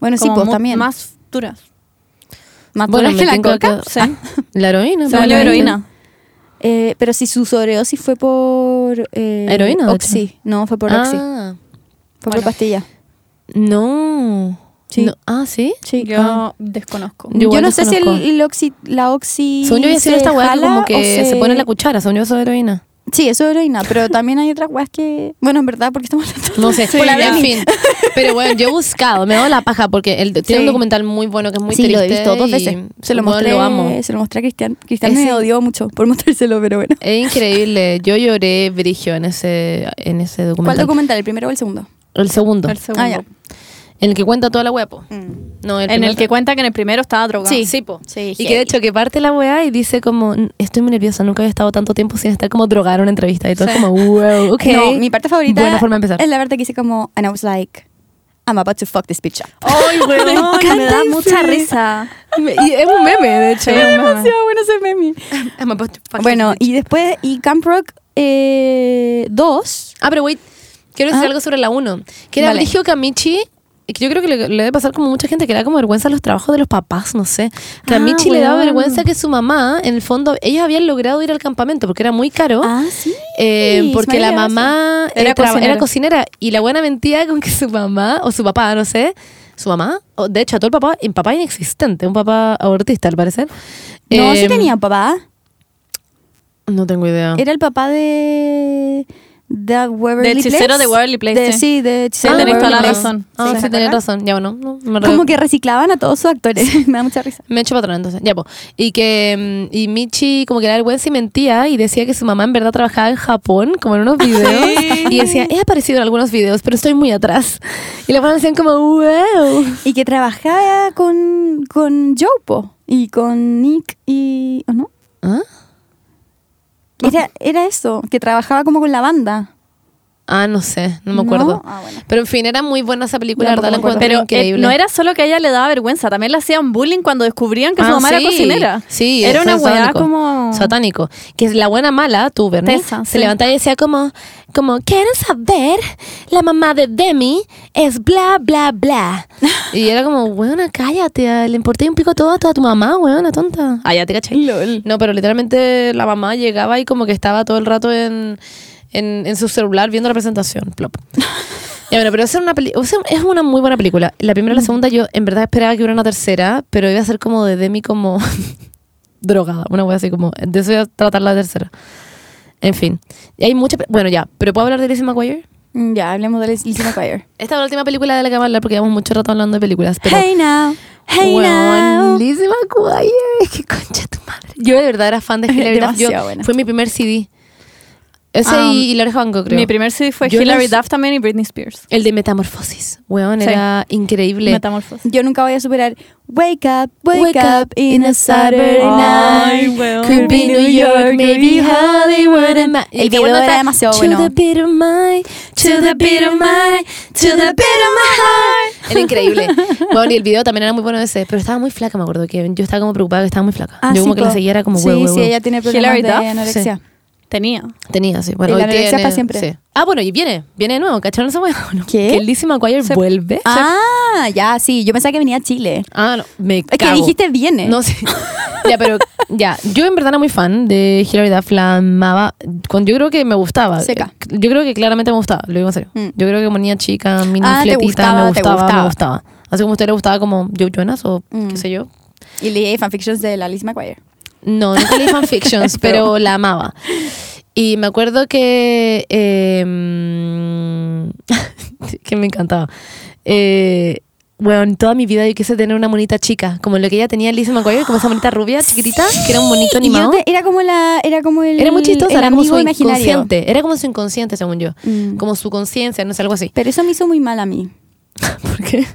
Bueno, sí, Como pues mu- también. Más duras. Más bueno duras me que la tengo coca. que- la heroína Se volvió probablemente. heroína. Eh, pero si su sobredosis fue por... eh, Heroína, de Oxy. No, fue por Oxy. Ah, Fue por bueno. pastilla. no Sí. No. ah sí Sí. Yo Ah. desconozco. Yo Yo, igual no sé si el, desconozco. el oxi- la Oxy... Según yo, decir se esta weá que jala como o que se pone la cuchara, según yo, eso es heroína. Sí, eso es heroína, pero también hay otras weas que. Bueno, en verdad, porque estamos hablando. No sé, Sí, por la ya. en fin. Pero bueno, yo he buscado, me he dado la paja porque él tiene Sí. un documental muy bueno que es muy sí, triste. lo he visto dos y, veces. Se lo bueno, mostré. amo. Se lo mostré a Cristian. Cristian Ese- me odió mucho por mostrárselo, pero bueno. Es increíble. Yo lloré brigio en ese, en ese ¿Cuál documental. documental? ¿El primero o el segundo? el segundo. El segundo. Ah, ya. En el que cuenta toda la weá, po. No, el en el primer- que cuenta que en el primero estaba drogado. Sí, sí, po. Sí, y que de hecho que parte la weá y dice como, "N- estoy muy nerviosa, nunca había estado tanto tiempo sin estar como drogada en una entrevista. Y todo es como, wow, ok. No, mi parte favorita Buena forma de empezar. es la parte que hice como, and I was like, I'm about to fuck this bitch up. ¡Ay, weón! encanta me da ese. mucha risa. Y es un meme, de hecho. Sí, es un meme. Demasiado bueno ese meme. Bueno, y después, y Camp Rock eh, 2. Ah, pero wait, quiero decir Ah. algo sobre la 1. Que era Vale. Brigio Camichi. que Yo creo que le, le debe pasar como mucha gente que le da como vergüenza los trabajos de los papás, no sé. Que a Ah, Michi le daba weón. vergüenza que su mamá, en el fondo, ellos habían logrado ir al campamento porque era muy caro. Ah, sí. Eh, porque la Ismael Gaza. mamá Era eh, traba- cocinera. era cocinera y la buena mentía con que su mamá o su papá, no sé, su mamá, o de hecho a todo el papá, un papá inexistente, un papá abortista al parecer. No, sí Em, Ah. tenía papá. No tengo idea. Era el papá de. The Waverly Del hechicero Place. de Waverly Place, sí. sí, de hechicero Ah, de tenés toda la Waverly Place. razón. Ah, Sí. sí, tenés razón. Ya, bueno. no, me re- Como que reciclaban a todos sus actores. Me da mucha risa. Me he hecho patrón entonces. Ya, po. Y que mm, y Michi como que era vergüenza y mentía y decía que su mamá en verdad trabajaba en Japón, como en unos videos. Y decía, he aparecido en algunos videos, pero estoy muy atrás. Y la mamá decían como, wow. Y que trabajaba con, con Jopo y con Nick y... ¿O no? ¿Ah? Era, era eso, que trabajaba como con la banda. Ah, no sé, no me acuerdo. ¿No? Ah, bueno. Pero en fin, era muy buena esa película, la Tampoco verdad, la me acuerdo. encuentro Pero eh, increíble. no era solo que a ella le daba vergüenza, también le hacían bullying cuando descubrían que Ah, su mamá sí, era cocinera. sí, era eso una es weá satánico. como. satánico. Que la buena mala, tú, Bernie, Tessa, se sí. levantaba y decía como, como, ¿quieren saber? La mamá de Demi es bla, bla, bla. y era como, weona, cállate, ah, le importé un pico todo a toda tu mamá, weona, tonta. Ah, ya te caché. No, pero literalmente la mamá llegaba y como que estaba todo el rato en, en, en su celular viendo la presentación. Plop. Ya, bueno, pero esa era una peli- o sea, es una muy buena película. La primera y la segunda yo en verdad esperaba que hubiera una tercera, pero iba a ser como de Demi como drogada, una wea así como, de eso voy a tratar la tercera. En fin, y hay mucha, pe- bueno ya, pero ¿puedo hablar de Lizzie McGuire? Mm, Ya, hablemos de Lizzie McGuire. Esta es la última película de la que vamos a hablar porque llevamos mucho rato hablando de películas, pero... Hey now, hey Weón, now. Lizzie McGuire, qué concha tu madre. Yo de verdad era fan de Hilary Duff, yo- Demasiado buena. fue mi primer CD. Ese Ah, y, y La Oreja Van Gogh, creo. Mi primer CD fue Yo Hilary las- Duff también y Britney Spears. El de Metamorfosis, weón, Sí. era increíble. Metamorfosis. Yo nunca voy a superar Wake up, wake, up in a Saturday Ay, night Could be New York, maybe Hollywood and my- El El que video bueno era era demasiado to bueno. the beat of my, to the beat of my, to the beat of my heart. Era increíble. Bueno, y el video también era muy bueno ese, pero estaba muy flaca, me acuerdo que yo estaba como preocupada que estaba muy flaca. Ah, yo como sí, que la po. seguía era como Sí, huevo, huevo. sí, ella tiene problemas Hilary de Duff, sí. anorexia Tenía. Tenía, sí. Bueno, Y la hoy anorexia tiene- para siempre. sí. Ah, bueno, y viene, viene de nuevo, ¿cacharon esa hueá? o no? ¿Qué? Que Lizzie McGuire vuelve. Ah, ya, sí, yo pensaba que venía a Chile Ah, no, me Es que cago. dijiste viene No sé. ya, pero ya, yo en verdad era muy fan de Hilary Duff, la amaba. Con, yo creo que me gustaba. Seca. Yo creo que claramente me gustaba, lo digo en serio. Mm. Yo creo que como niña chica, mini Ah, te fletita, me gustaba, te gustaba, gustaba. Mm. me gustaba. Así como a usted le gustaba como Joe Jonas o qué sé yo. Y leí fanfictions de la Lizzie McGuire No, no leí fanfictions, pero la amaba. Y me acuerdo que. eh, que me encantaba. Eh, bueno, toda mi vida yo quise tener una monita chica, como lo que ella tenía Lizzie McGuire, como esa monita rubia, chiquitita, que era un Y yo monito animado. te- Era como la Era como el Era muy chistosa, el era como amigo su imaginario. inconsciente. Era como su inconsciente, según yo. Mm. Como su conciencia, no sé, algo así. Pero eso me hizo muy mal a mí ¿Por Mm. qué?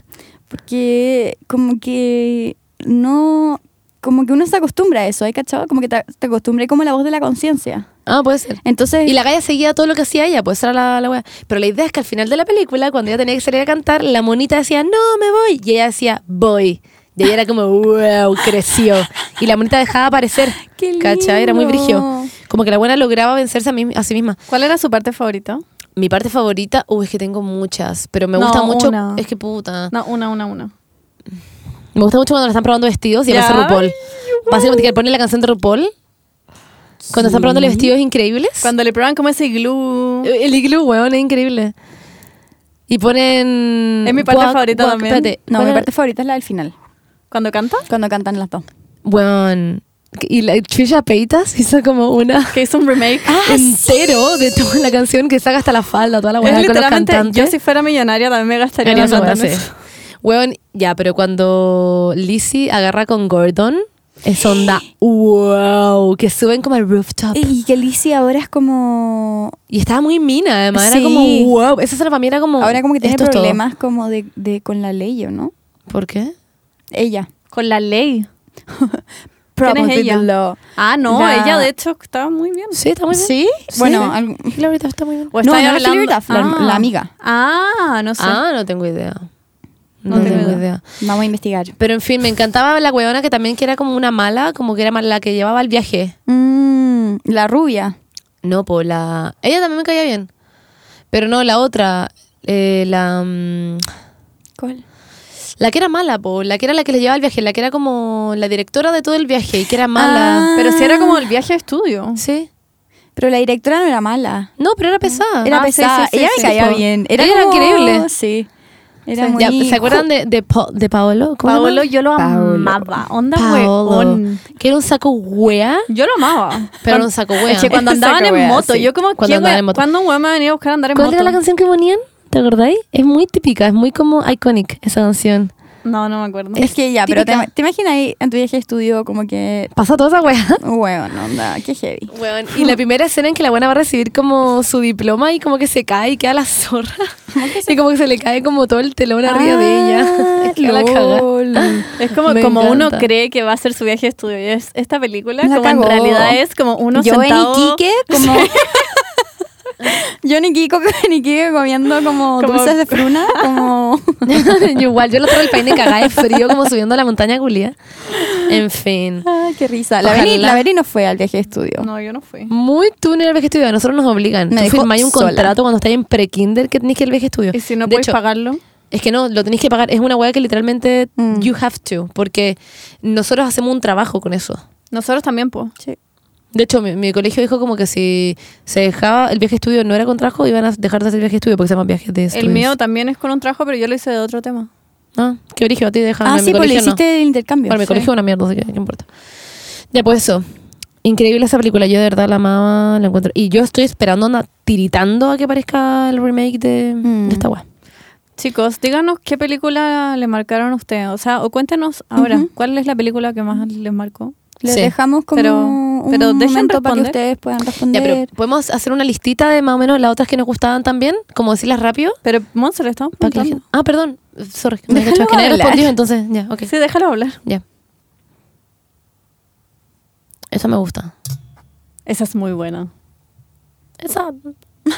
Porque como que no, como que uno se acostumbra a eso, ¿hay cachado? Como que te, te acostumbré como a la voz de la conciencia. Ah, puede ser. Entonces, Y la galla seguía todo lo que hacía ella, pues esa era la, la wea. Pero la idea es que al final de la película, cuando ella tenía que salir a cantar, la monita decía, no, me voy. Y ella decía, voy. Y ella era como, wow, creció. Y la monita dejaba aparecer. ¡Qué ¿Cachai? Era muy lindo! brigio. Como que la buena lograba vencerse a, mí- a sí misma. ¿Cuál era su parte favorita? Mi parte favorita, uy, es que tengo muchas, pero me No, gusta mucho. una. Es que puta. No, una, una, una. Me gusta mucho cuando le están probando vestidos y Ya. aparece RuPaul. Ay, Básicamente que pone la canción de RuPaul. Cuando están probando los vestidos increíbles. Cuando le prueban como ese glue. Eh, El iglú, weón, es increíble. Y ponen. Es mi parte favorita también. no, ¿cuál mi era? parte favorita es la del final, ¿Cuando canta? cuando cantan las dos. Weón. Y la Trisha Peitas hizo como una. Que hizo un remake. Ah, entero de toda la canción que saca hasta la falda, toda la es weá con los literalmente. cantantes. Yo si fuera millonaria también me gastaría Haría una esa plata weá, en sí. eso. Weón, ya, pero cuando Lizzie agarra con Gordon, es onda. ¡Wow! Que suben como al rooftop. Y que Lizzie ahora es como... Y estaba muy mina, además. Era Sí. como, wow. Esa era para mí era como. Ahora como que tiene esto es todo. problemas como de, de- con la ley, ¿o no? ¿Por qué? Ella. Con la ley. Problems with ella? the law. Ah, no, La- ella de hecho estaba muy bien. Sí, está muy bien. ¿Sí? Bueno, algo- la verdad está muy bien. ¿O no, estáis no, la Hilary Duff, la- Ah. la amiga. Ah, no sé. Ah, no tengo idea. No, No tengo, tengo idea. idea. vamos a investigar. Pero en fin, me encantaba la weona que también que era como una mala, como que era mala- la que llevaba el viaje. Mm, la rubia. No, po, la... Ella también me caía bien. Pero no, la otra, eh, la... mm, ¿Cuál? La que era mala, po, la que era la que le llevaba el viaje, la que era como la directora de todo el viaje y que era mala. Ah. Pero si era como el viaje a estudio. Sí. Pero la directora no era mala. No, pero era pesada. Era Ah, sí, pesada. sí, sí, ella sí, me caía po. bien. Era, Ella era como- increíble. Sí. Era Ya, muy- ¿Se acuerdan de, de, Pa- de Paolo? ¿Cómo se llama? Paolo, yo lo Paolo. amaba. Onda Paolo. weón. Que era un saco wea, Yo lo amaba. pero Cuando- un saco wea. Es que cuando Saca andaban en wea, moto, sí. yo como, Cuando ¿qué andaban wea- en moto. ¿cuándo un weón me venía a buscar a andar en ¿Cuál moto? era la canción que ponían? ¿Te acordáis? Es muy típica, es muy como iconic esa canción. No, no me acuerdo. Es que ya, pero Típica. te, te imaginas ahí en tu viaje de estudio como que... Pasa toda esa wea. Weón, onda, qué heavy. y la primera escena en que la buena va a recibir como su diploma y como que se cae y queda la zorra. Y como que se le cae como todo el telón arriba de Ah, ella. Es que la caga. Es como, Me como uno encanta. cree que va a ser su viaje de estudio. Y es esta película, La como en cagó. realidad es como uno yo sentado... en Iquique, como... yo en Iquique, en Iquique comiendo como, Como- dulces de fruna, como... Yo igual, yo lo traigo el peine cagada de frío como subiendo la montaña culia. En fin. Ah, qué risa. La Ojalá. Veri, la Veri no fue al viaje de estudio. No, yo no fui. Muy tú en el viaje estudio, a nosotros nos obligan. Me tú dejó firmáis un sola. contrato cuando estáis en pre-kinder que tenéis que ir al viaje estudio. Y si no de puedes hecho, pagarlo... Es que no, lo tenéis que pagar. Es una weá que literalmente Mm. you have to, porque nosotros hacemos un trabajo con eso. Nosotros también, po. Ah, Sí. Ah, De hecho, mi, mi colegio dijo como que si se dejaba el viaje estudio no era con trabajo, iban a dejar de hacer viaje estudio porque se llaman viajes de estudios. El mío también es con un trabajo, pero yo lo hice de otro tema. Ah, qué origen a ti dejaban. Ah, en mi sí, pues le colegio no. hiciste el intercambio. Bueno, mi Sí. colegio es una mierda, así que no importa. Ya, pues eso. Increíble esa película, yo de verdad la amaba, la encuentro. Y yo estoy esperando, anda, tiritando a que aparezca el remake de, Mm. de esta weá. Chicos, díganos qué película le marcaron a ustedes. O sea, o cuéntenos ahora, Ujú. ¿cuál es la película que más les marcó? Les Sí. dejamos como Pero- un pero dejen momento para que responder. ustedes puedan Ya, responder. pero podemos hacer una listita de más o menos las otras que nos gustaban también, como decirlas rápido. Pero, Monse, le estamos para que la preguntando. gente- Ah, perdón, sorry, me he Déjalo que nadie hablar. respondió, entonces, ya, ok. Sí, déjalo hablar. Ya. Esa me gusta. Esa es muy buena. Esa.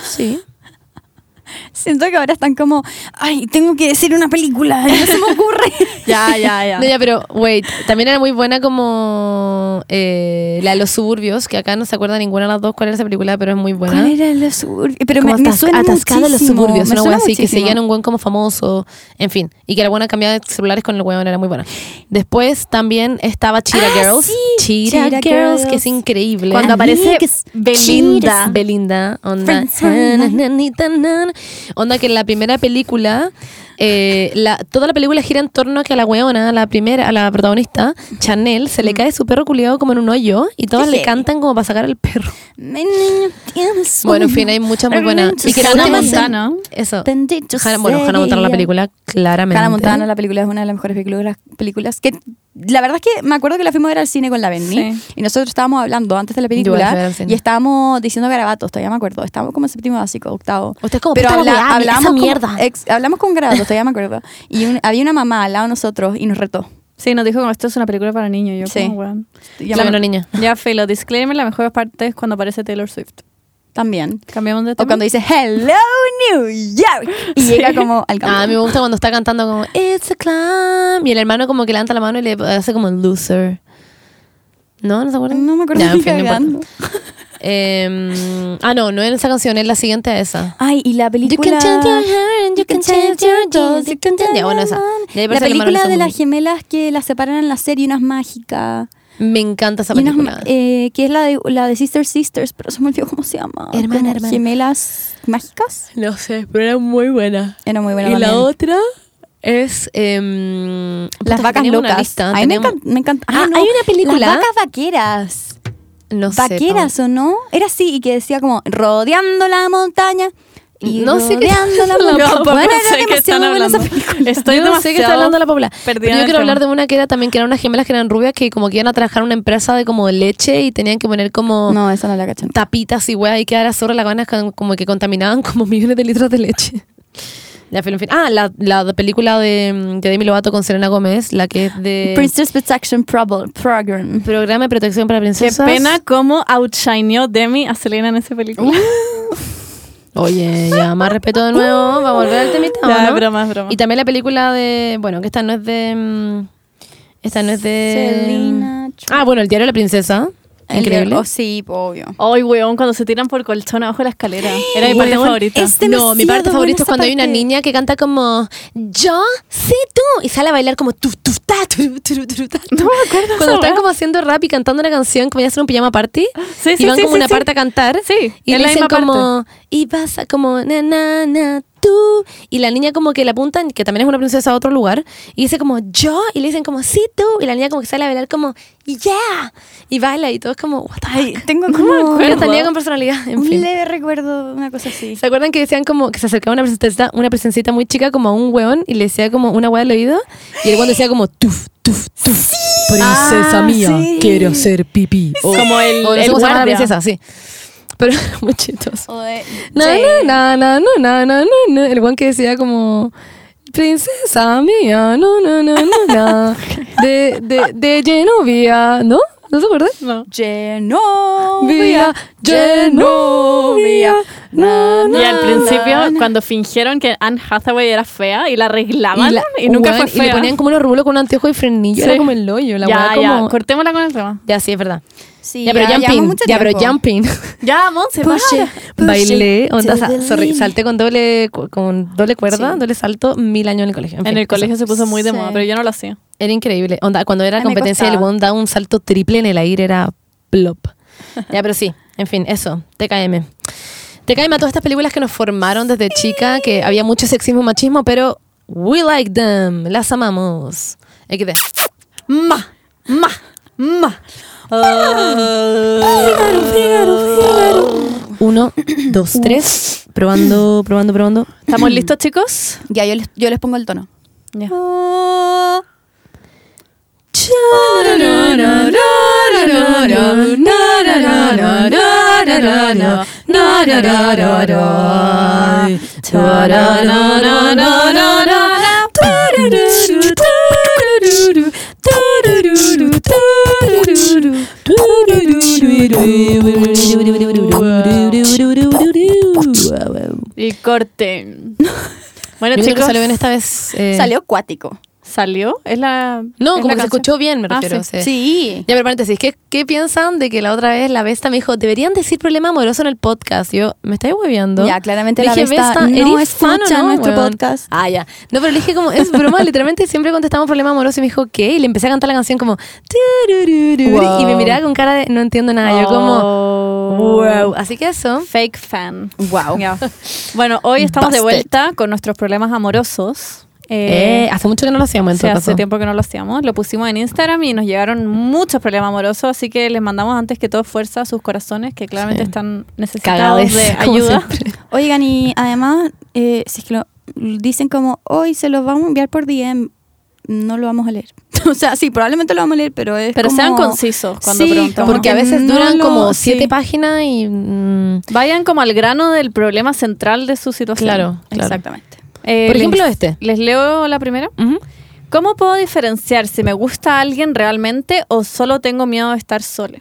Sí. Siento que ahora están como, ay, tengo que decir una película, y no se me ocurre. Ya, ya, ya. No, ya, pero, wait, también era muy buena como eh, la de los suburbios, que acá no se acuerda ninguna de las dos cuál era esa película, pero es muy buena. ¿Cuál era los suburbios? Pero Como me, me atas- suena atascada en los muchísimo, suburbios, me una suena wea así, que muchísimo. seguían un buen como famoso, en fin, y que la buena cambiaba de celulares con el weón, era muy buena. Después también estaba Cheetah Ah, Girls. sí, Cheetah, Cheetah Girls, Girls. que es increíble. Cuando aparece Amigas, Belinda. Belinda, onda. Friends are Na, na, ni, tan, na, na. Onda que en la primera película, eh, la, toda la película gira en torno a que a la weona, a la primera, a la protagonista, Chanel, se le cae su perro culiado como en un hoyo y todos Mm. Qué le heavy. cantan como para sacar al perro. Me- niño, tienes Bueno, en un- fin, hay muchas muy buenas. Y que la Hannah última- Montana. Eso. Bendito Hannah- bueno, sea Hannah Montana la ella. película, claramente. Hannah Montana, la película es una de las mejores películas, películas que la verdad es que me acuerdo que la fuimos a ver al cine con la Benny Sí. y nosotros estábamos hablando antes de la Yo la fui a ver película al cine. y estábamos diciendo garabatos, todavía me acuerdo, estábamos como en séptimo básico, octavo. Ustedes como, Pero puta habla- la weá, hablamos, eh, esa con- mierda. ex- hablamos con garabatos, todavía me acuerdo. Y un- había una mamá al lado de nosotros y nos retó. Sí, nos dijo como esto es una película para niños. Yo Sí. como, weón. Y La llamamos- menor niña. Ya, Felo, disclaimer, la mejor parte es cuando aparece Taylor Swift. También. Cambiamos de tema. O cuando dice Hello New York y llega como al campo. Ah, a mí me gusta cuando está cantando como It's a climb y el hermano como que levanta la mano y le hace como loser. ¿No? ¿No se acuerdan? no me acuerdo Ya, en ni fin, no importa. cagando. Eh, ah, no, no es esa canción, es la siguiente a esa. Ay, y la You película can change your hair and you can change your clothes, you can change- Ya, bueno, esa. Y La ahí parece que Manuel película está de muy- las gemelas que las separan en la serie, una es mágica. Me encanta esa y una es película. ma- eh, que es la de, la de Sister Sisters, pero se me olvidó cómo se llama. Hermana, Como hermana. Gemelas mágicas. No sé, pero era muy buena. Era muy buena. y la también. otra es em, puta, Las que vacas teníamos una locas. lista, A mí me teníamos- encanta. me encanta- Ah, no, hay una película- Las vacas vaqueras. No sé, vaqueras, ¿o no? Era así, y que decía como rodeando la montaña. Y No sé qué rodeando la está montaña. hablando. Bueno, no era sé qué demasiado están buena esa hablando. película. Estoy yo no sé qué está demasiado hablando la Paula. Pero perdida yo en el quiero hablar de tema. una que era también, que eran unas gemelas que eran rubias, que como que iban a trabajar en una empresa de como leche y tenían que poner como No, esa no la cachan. tapitas y weá y quedara sobre la ganas como que contaminaban como millones de litros de leche. Ya, pero en fin. Ah, la, la película de, mm, de Demi Lovato con Selena Gómez, la que es de Princess Protection Prob- Program. Programa de Protección para Qué Princesas. pena cómo outshineó Demi a Selena en esa película. Oye, ya, más respeto de nuevo. Vamos a volver al temita. ¿o Ya, no? broma, es broma. Y también la película de. Bueno, que esta no es de. mm, Esta no es de. Selena Ah, bueno, el diario de la princesa. Increíble. Oh, sí, po, obvio. Ay, weón, cuando se tiran por colchón abajo de la escalera. Era mi parte Weón, favorita. es- Este no, mi demasiado parte buena favorita es esa cuando hay una parte. niña que canta como yo sé tú y sale a bailar como tu tu ta tu tu tu ta. No me acuerdo. Cuando están como haciendo rap y cantando una canción como ya hacer un pijama party Sí, sí, y van sí, como sí, una sí. parte a cantar Sí, y es le la dicen misma como y pasa como na na na tú. Y la niña como que la apuntan, que también es una princesa de otro lugar, y dice como, yo. Y le dicen como, sí, tú. Y la niña como que sale a bailar como, yeah. Y baila y todo es como, what the Ay, fuck. tengo me como acuerdo. Una talía con personalidad, en un fin. leve recuerdo, una cosa así. ¿Se acuerdan que decían como que se acercaba una princesita, una princesita muy chica como a un weón y le decía como una weá al oído? Y el weón decía como tuf, tuf, tuf. Princesa Ah, mía, sí. quiero hacer pipí. O, Como el- o no sé el cómo se llama la guardia. princesa, sí. Pero era muy chistoso. O de- No, Sí. no, no, no, no, no, no, no. El weón que decía como princesa mía, no, no, no, no, no. De, de, de Genovia, ¿no? ¿No se acuerdan? No. Vía Genovia, Genovia. No, no. Y al na, na. principio, cuando fingieron que Anne Hathaway era fea y la arreglaban y, la- nunca weón, fue fea. Y le ponían como unos rulos con un anteojo y frenillo. Sí. Era como el hoyo. La ya, weá ya, como... cortémosla con el tema. Ya, sí, es verdad. Sí, ya, pero ya, llevamos jumping. mucho Ya, pero tiempo. jumping. Ya, Monse, Push basta. it, push Bailé, it onda, to sa- the sorry, limit. salté con doble, cu- con doble cuerda, doble salto, mil años en el colegio. En, fin, el colegio se puso muy de Sí. moda, pero yo no lo hacía. eso. Era increíble. Onda, cuando era Ay, me competencia, el costaba. bond da un salto triple en el aire, era plop. ya, pero sí, en fin, eso, TKM. TKM a todas estas películas que nos formaron desde chica, que había mucho sexismo y machismo, pero we like them, las amamos. XD. Ma, ma, ma. Ah. Uno, dos, tres. Probando, probando, probando. ¿Estamos listos, chicos? Ya, yo les, yo les pongo el tono. Ya. Ah. Eh. Y corte. Bueno, Yo creo que chicos. salió bien esta vez. eh, Salió acuático. ¿Salió? Es la. No, es como la que se canción. escuchó bien, me Ah, refiero. sí. o sea. Sí. Ya, pero paréntesis, ¿qué, ¿qué piensan de que la otra vez la Vesta me dijo, deberían decir problema amoroso en el podcast? Yo, ¿me estáis hueviando? Ya, claramente la Dije, Vesta no ¿eres escucha fan o no, nuestro weón?" podcast. Ah, ya. No, pero le dije como, es broma, literalmente siempre contestamos problema amoroso y me dijo, ¿qué? Y le empecé a cantar la canción como, "Tururururu", Wow. Oh. y me miraba con cara de, no entiendo nada. Ah, Yo como, Oh. wow. Así que eso. Fake fan. Wow. Ya. Bueno, hoy estamos de Busted. vuelta con nuestros problemas amorosos. Eh, hace mucho que no lo hacíamos, en Sí, todo hace caso. tiempo que no lo hacíamos. Lo pusimos en Instagram y nos llegaron muchos problemas amorosos, así que les mandamos antes que todo fuerza a sus corazones que claramente Sí. están necesitados Cagades, de como ayuda. siempre. Oigan, y además, eh, si es que lo dicen como, hoy se los vamos a enviar por DM, no lo vamos a leer. o sea, sí, probablemente lo vamos a leer, pero es Pero como- sean concisos cuando Sí, preguntamos. Porque a veces no duran lo- Eh, como sí. siete páginas y... mm, Vayan como al grano del problema central de su situación. Claro, claro. Exactamente. Eh, Por les- ejemplo, este. Les leo la primera. Ujú. ¿Cómo puedo diferenciar si me gusta a alguien realmente o solo tengo miedo de estar sola?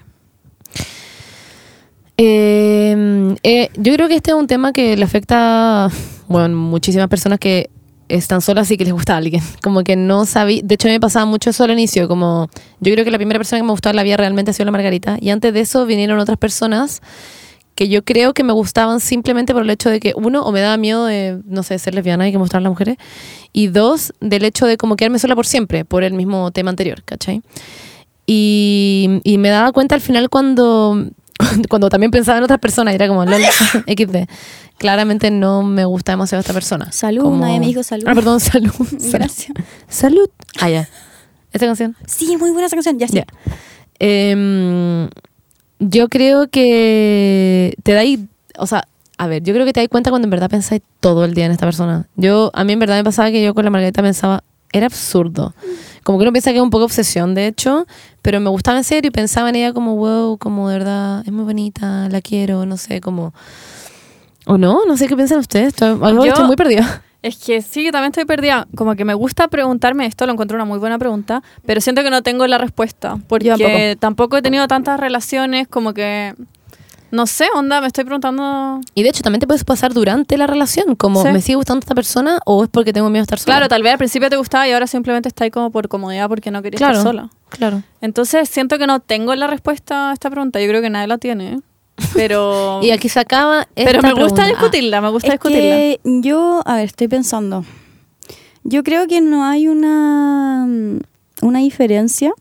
Eh, eh, yo creo que este es un tema que le afecta bueno, muchísimas personas que están solas y que les gusta a alguien. Como que no sabía. De hecho, a mí me pasaba mucho eso al inicio. Como yo creo que la primera persona que me gustó en la vida realmente ha sido la Margarita. Y antes de eso vinieron otras personas que yo creo que me gustaban simplemente por el hecho de que, uno, o me daba miedo de, no sé, ser lesbiana y que mostrar a las mujeres. Y dos, del hecho de como quedarme sola por siempre, por el mismo tema anterior, ¿cachai? Y, y me daba cuenta al final cuando, cuando, también pensaba en otras personas, y era como, lol, XD. Claramente no me gusta demasiado esta persona. Salud, Como- nadie me dijo salud. Ah, perdón, salud. Gracias. Salud. Ah, ya. Esta canción. Sí, muy buena esa canción, ya sí. Ya. Em, yo creo que te dais, o sea, a ver, yo creo que te dais cuenta cuando en verdad pensáis todo el día en esta persona. Yo, a mí en verdad me pasaba que yo con la Margarita pensaba, era absurdo. Como que uno piensa que es un poco obsesión, de hecho, pero me gustaba en serio y pensaba en ella como, wow, como de verdad, es muy bonita, la quiero, no sé, como... ¿O no? No sé qué piensan ustedes. Estoy, a lo mejor Yo- estoy muy perdida. Es que sí, yo también estoy perdida. Como que me gusta preguntarme esto, lo encuentro una muy buena pregunta, pero siento que no tengo la respuesta. Porque tampoco. tampoco. he tenido tantas relaciones, como que. No sé, onda, me estoy preguntando. Y de hecho, también te puedes pasar durante la relación, como, Sí. ¿me sigue gustando esta persona o es porque tengo miedo de estar sola? Claro, tal vez al principio te gustaba y ahora simplemente está ahí como por comodidad porque no quería Claro, estar sola. claro. Entonces siento que no tengo la respuesta a esta pregunta. Yo creo que nadie la tiene. ¿eh? Pero. Y aquí se acaba esta pero me gusta pregunta. Ah, discutirla, me gusta Es discutirla. que yo, a ver, estoy pensando. Yo creo que no hay una, una diferencia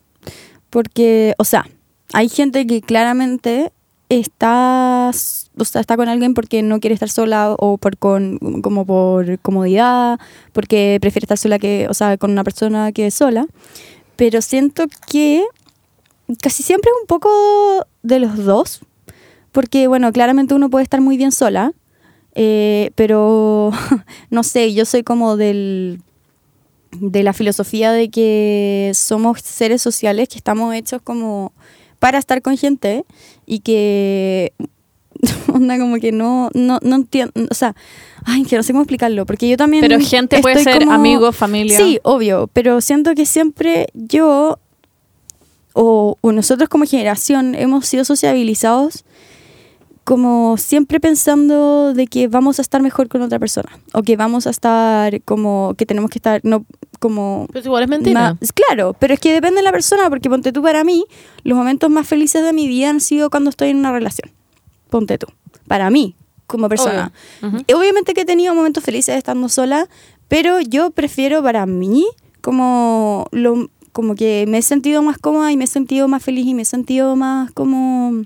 porque, o sea, hay gente que claramente está, o sea, está con alguien porque no quiere estar sola o por con, como por comodidad, porque prefiere estar sola que, o sea, con una persona que sola. Pero siento que casi siempre es un poco de los dos, porque bueno, claramente uno puede estar muy bien sola, eh, pero no sé, yo soy como del de la filosofía de que somos seres sociales que estamos hechos como para estar con gente y que onda como que no no no entiendo, o sea, ay, que no sé cómo explicarlo, porque yo también Pero gente puede estoy ser como- amigo, familia. Sí, obvio, pero siento que siempre yo o, o nosotros como generación hemos sido sociabilizados como siempre pensando de que vamos a estar mejor con otra persona o que vamos a estar como que tenemos que estar no como Pero igual es mentira. Ma- claro, pero es que depende de la persona, porque ponte tú para mí, los momentos más felices de mi vida han sido cuando estoy en una relación. Ponte tú. Para mí, como persona. Obviamente que he tenido momentos felices estando sola, pero yo prefiero para mí como lo como que me he sentido más cómoda y me he sentido más feliz y me he sentido más como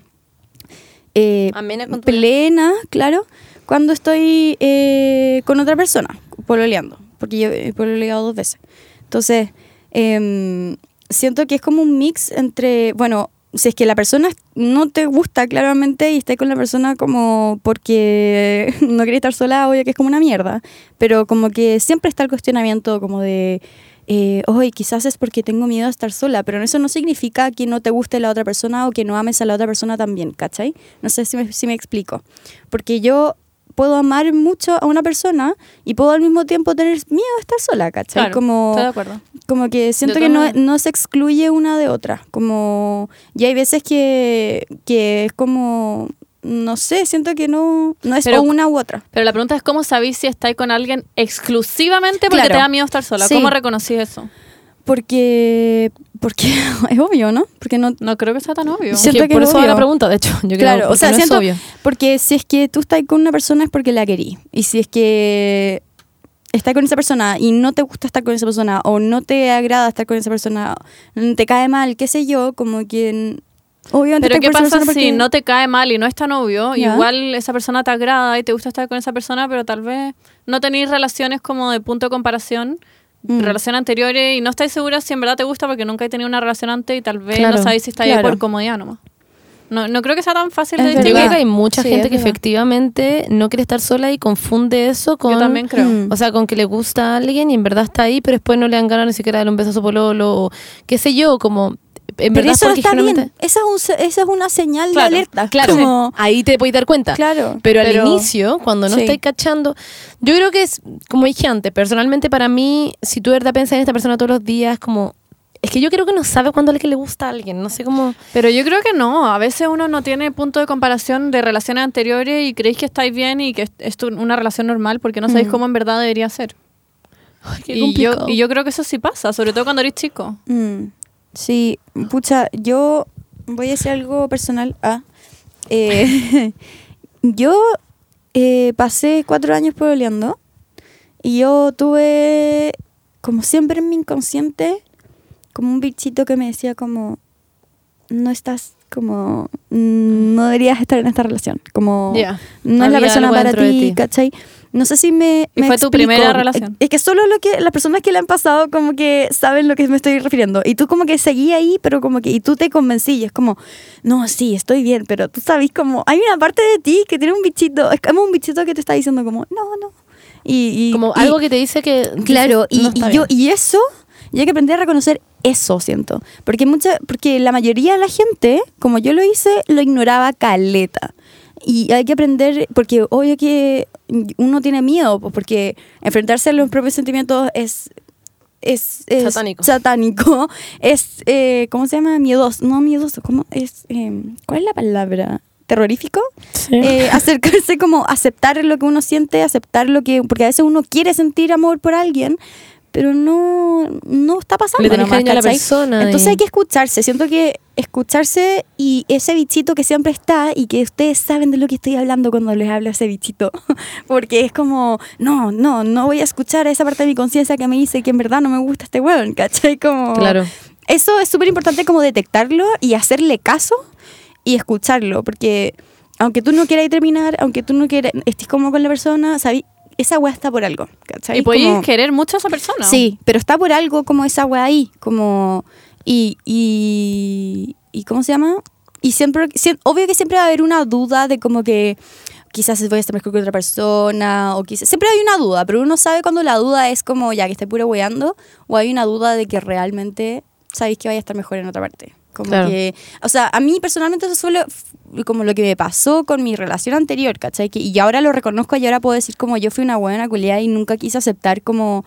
eh, Amena con tu plena, claro, cuando estoy eh, con otra persona, pololeando, porque yo he pololeado dos veces. Entonces, em, siento que es como un mix entre, bueno, si es que la persona no te gusta claramente y estás con la persona como porque no quería estar sola, obvio que es como una mierda, pero como que siempre está el cuestionamiento como de, eh, oye, quizás es porque tengo miedo a estar sola, pero eso no significa que no te guste la otra persona o que no ames a la otra persona también, ¿cachai? No sé si me, si me explico. Porque yo puedo amar mucho a una persona y puedo al mismo tiempo tener miedo a estar sola, ¿cachai? Claro, como, estoy de acuerdo. como que siento De que no, todas no se excluye una de otra. Como. Y hay veces que, que es como. No sé, siento que no, no es Pero- o una u otra. Pero la pregunta es cómo sabís si estáis con alguien exclusivamente porque Claro. te da miedo estar sola. Sí. ¿Cómo reconocís eso? Porque. Porque es obvio, ¿no? Porque no. No creo que sea tan obvio. Sí. siento Que que por es eso hago la obvio. pregunta, de hecho. Yo Claro, creo, o sea, porque no es siento- obvio. Porque si es que tú estás con una persona es porque la querí. Y si es que estás con esa persona y no te gusta estar con esa persona o no te agrada estar con esa persona, te cae mal, qué sé yo, como que. Obviamente Pero estás ¿qué con esa pasa persona si porque- no te cae mal y no es tan obvio? Ya. Igual esa persona te agrada y te gusta estar con esa persona, pero tal vez no tenéis relaciones como de punto de comparación, Mm. relación anterior y no estáis segura si en verdad te gusta porque nunca he tenido una relación antes y tal vez Claro, no sabéis si estáis ahí claro. por comodidad nomás. No, no creo que sea tan fácil Es de Yo verdad. creo distinguir. que hay mucha Sí, gente es que verdad. efectivamente no quiere estar sola y confunde eso con... Yo también creo. Mm. O sea, con que le gusta a alguien y en verdad está ahí, pero después no le dan ganas ni siquiera de darle un beso a su pololo o qué sé yo, como... En Pero verdad eso no porque está bien. generalmente- Esa es, un se- esa es una señal Claro, de alerta. Claro, Ah, Como- ahí te puedes dar cuenta. claro. Pero al inicio, cuando no Sí. estáis cachando, yo creo que es, como dije antes, personalmente para mí, si tú de verdad pensas en esta persona todos los días, como... Es que yo creo que no sabe cuándo es que le gusta a alguien, no sé cómo... Pero yo creo que no, a veces uno no tiene punto de comparación de relaciones anteriores y creéis que estáis bien y que es, es tu- una relación normal porque no sabéis Mm. cómo en verdad debería ser. y, yo, complicado. y yo creo que eso sí pasa, sobre todo cuando eres chico. Mm, sí, pucha, yo voy a decir algo personal. Ah, eh, yo eh, pasé cuatro años puebleando y yo tuve, como siempre en mi inconsciente, como un bichito que me decía como, no estás como, mm, no deberías estar en esta relación, como Ya. no Había es la persona algo para dentro de ti, ti. ¿cachai? No sé si me. Y me fue tu explico. primera relación. Es que solo lo que las personas que le han pasado, como que saben lo que me estoy refiriendo. Y tú, como que seguí ahí, pero como que. Y tú te convencí. y es como, no, sí, estoy bien, pero tú sabes, como. Hay una parte de ti que tiene un bichito. Es como un bichito que te está diciendo, como, no, no. Y, y- Como y- algo que te dice que... Claro, y, no está y yo, y eso, yo hay que aprender a reconocer eso, siento. Porque, mucha, porque la mayoría de la gente, como yo lo hice, lo ignoraba caleta. Y hay que aprender, porque obvio que uno tiene miedo, pues, porque enfrentarse a los propios sentimientos es... Es, es Satánico. satánico. Es, eh, ¿cómo se llama? Miedoso. No, miedoso. ¿Cómo es? em, ¿Cuál es la palabra? ¿Terrorífico? eh, acercarse como aceptar lo que uno siente, aceptar lo que... Porque a veces uno quiere sentir amor por alguien, pero no, no está pasando. Le tenés nomás, cariño a la ¿cachai? persona Entonces y- hay que escucharse. Siento que escucharse y ese bichito que siempre está y que ustedes saben de lo que estoy hablando cuando les hablo a ese bichito. Porque es como, no, no, no voy a escuchar a esa parte de mi conciencia que me dice que en verdad no me gusta este hueón, ¿cachai? Como... Claro. Eso es súper importante como detectarlo y hacerle caso y escucharlo, porque aunque tú no quieras terminar, aunque tú no quieras, estés como con la persona, sabí, esa weá está por algo, ¿cachai? Y podéis Como- querer mucho a esa persona. Sí, pero está por algo como esa weá ahí, como... Y, y, y ¿cómo se llama? Y siempre, siem- obvio que siempre va a haber una duda de como que quizás voy a estar mejor que otra persona, o quizás... Siempre hay una duda, pero uno sabe cuando la duda es como ya que esté puro weando, o hay una duda de que realmente sabéis que vaya a estar mejor en otra parte. Como Claro. que, o sea, a mí personalmente eso suele, f- como lo que me pasó con mi relación anterior, ¿cachai? Que, y ahora lo reconozco y ahora puedo decir como yo fui una buena culiada y nunca quise aceptar como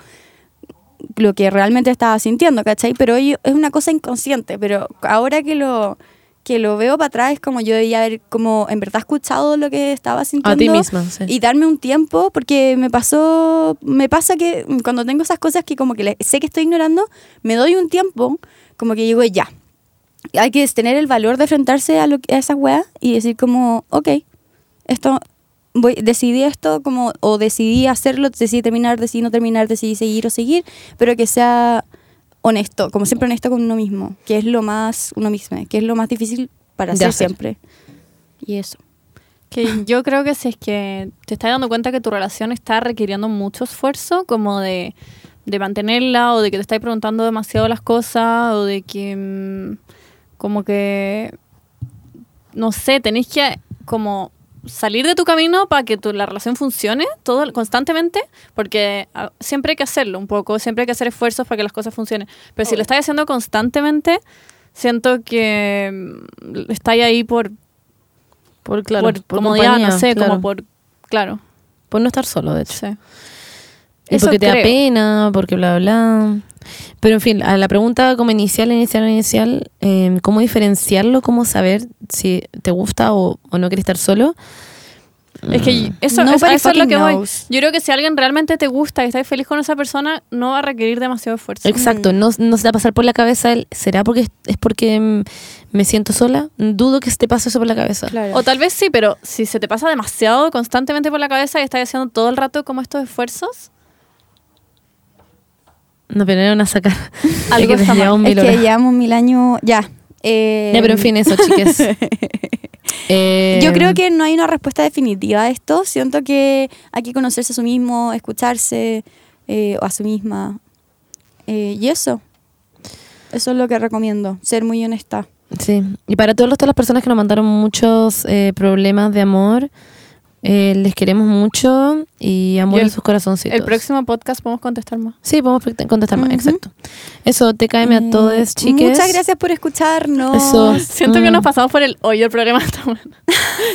lo que realmente estaba sintiendo, ¿cachai? Pero ello- es una cosa inconsciente, pero ahora que lo que lo veo para atrás es como yo debía haber como en verdad escuchado lo que estaba sintiendo A ti misma, sí. y darme un tiempo porque me pasó me pasa que cuando tengo esas cosas que como que le- sé que estoy ignorando, me doy un tiempo como que digo ya. Hay que tener el valor de enfrentarse a, lo, a esas weas y decir como, ok, esto voy, decidí esto como o decidí hacerlo, decidí terminar, decidí no terminar, decidí seguir o seguir, pero que sea honesto, como siempre honesto con uno mismo, que es lo más uno mismo, que es lo más difícil para De hacer, hacer. siempre. Y eso. Que yo creo que si es que te estás dando cuenta que tu relación está requiriendo mucho esfuerzo, como de, de mantenerla, o de que te estás preguntando demasiado las cosas, o de que mm, como que, no sé, tenés que como salir de tu camino para que tu, la relación funcione todo constantemente, porque ah, siempre hay que hacerlo un poco, siempre hay que hacer esfuerzos para que las cosas funcionen. Pero si lo estás haciendo constantemente, siento que mm, estáis ahí por Por, claro, por, por comodidad, compañía, no sé, claro. como por. Claro, Por no estar solo, de hecho. sí. Y Eso porque te da creo. pena, porque bla, bla. Pero en fin, a la pregunta como inicial, inicial, inicial, eh, ¿cómo diferenciarlo? ¿Cómo saber si te gusta o, o no quieres estar solo? Mm. Es que eso, Nobody eso- a eso es lo fucking que voy. knows. Yo creo que si alguien realmente te gusta y estás feliz con esa persona, no va a requerir demasiado esfuerzo. Exacto, no, no se te va a pasar por la cabeza el, ¿será porque es- es porque mm, me siento sola? Dudo que se te pase eso por la cabeza. O tal vez sí, pero si se te pasa demasiado constantemente por la cabeza y estás haciendo todo el rato como estos esfuerzos, No, pero era una sacar. Algo es que está te lleva mal. un es mil que horas. llevamos mil años ya. Eh, Ya, pero en em. fin, eso, chiques. Eh, Yo creo que no hay una respuesta definitiva a esto. Siento que hay que conocerse a sí mismo, escucharse eh, o a sí misma. Eh, y eso. Eso es lo que recomiendo. Ser muy honesta. Sí, y para todos los- todas las personas que nos mandaron muchos eh, problemas de amor, eh, les queremos mucho y amor Y el- en sus corazoncitos. el próximo podcast podemos contestar más. Sí, podemos pre- contestar más, Ujú. exacto. Eso, TKM Mm, a todos, Eh, chiques. Muchas gracias por escucharnos. Eso. Siento que Mm. nos pasamos por el hoyo el programa está bueno.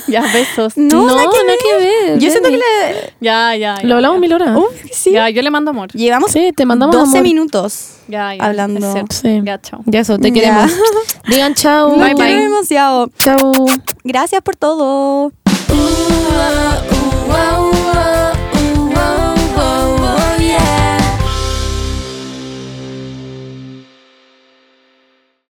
ya, besos. No, nada que nada que ver. Yo siento que Dani. le... Ya, ya. ya, Lo hablamos ya. mil horas. Uh, Uf, sí. Ya, yo le mando amor. Llevamos Sí, te mandamos 12 amor. minutos. Ya, ya. Hablando. es cierto. Sí. Ya, chao. Ya eso, te Ya. queremos. Digan chao. Lo quiero demasiado. Chao. Gracias por todo.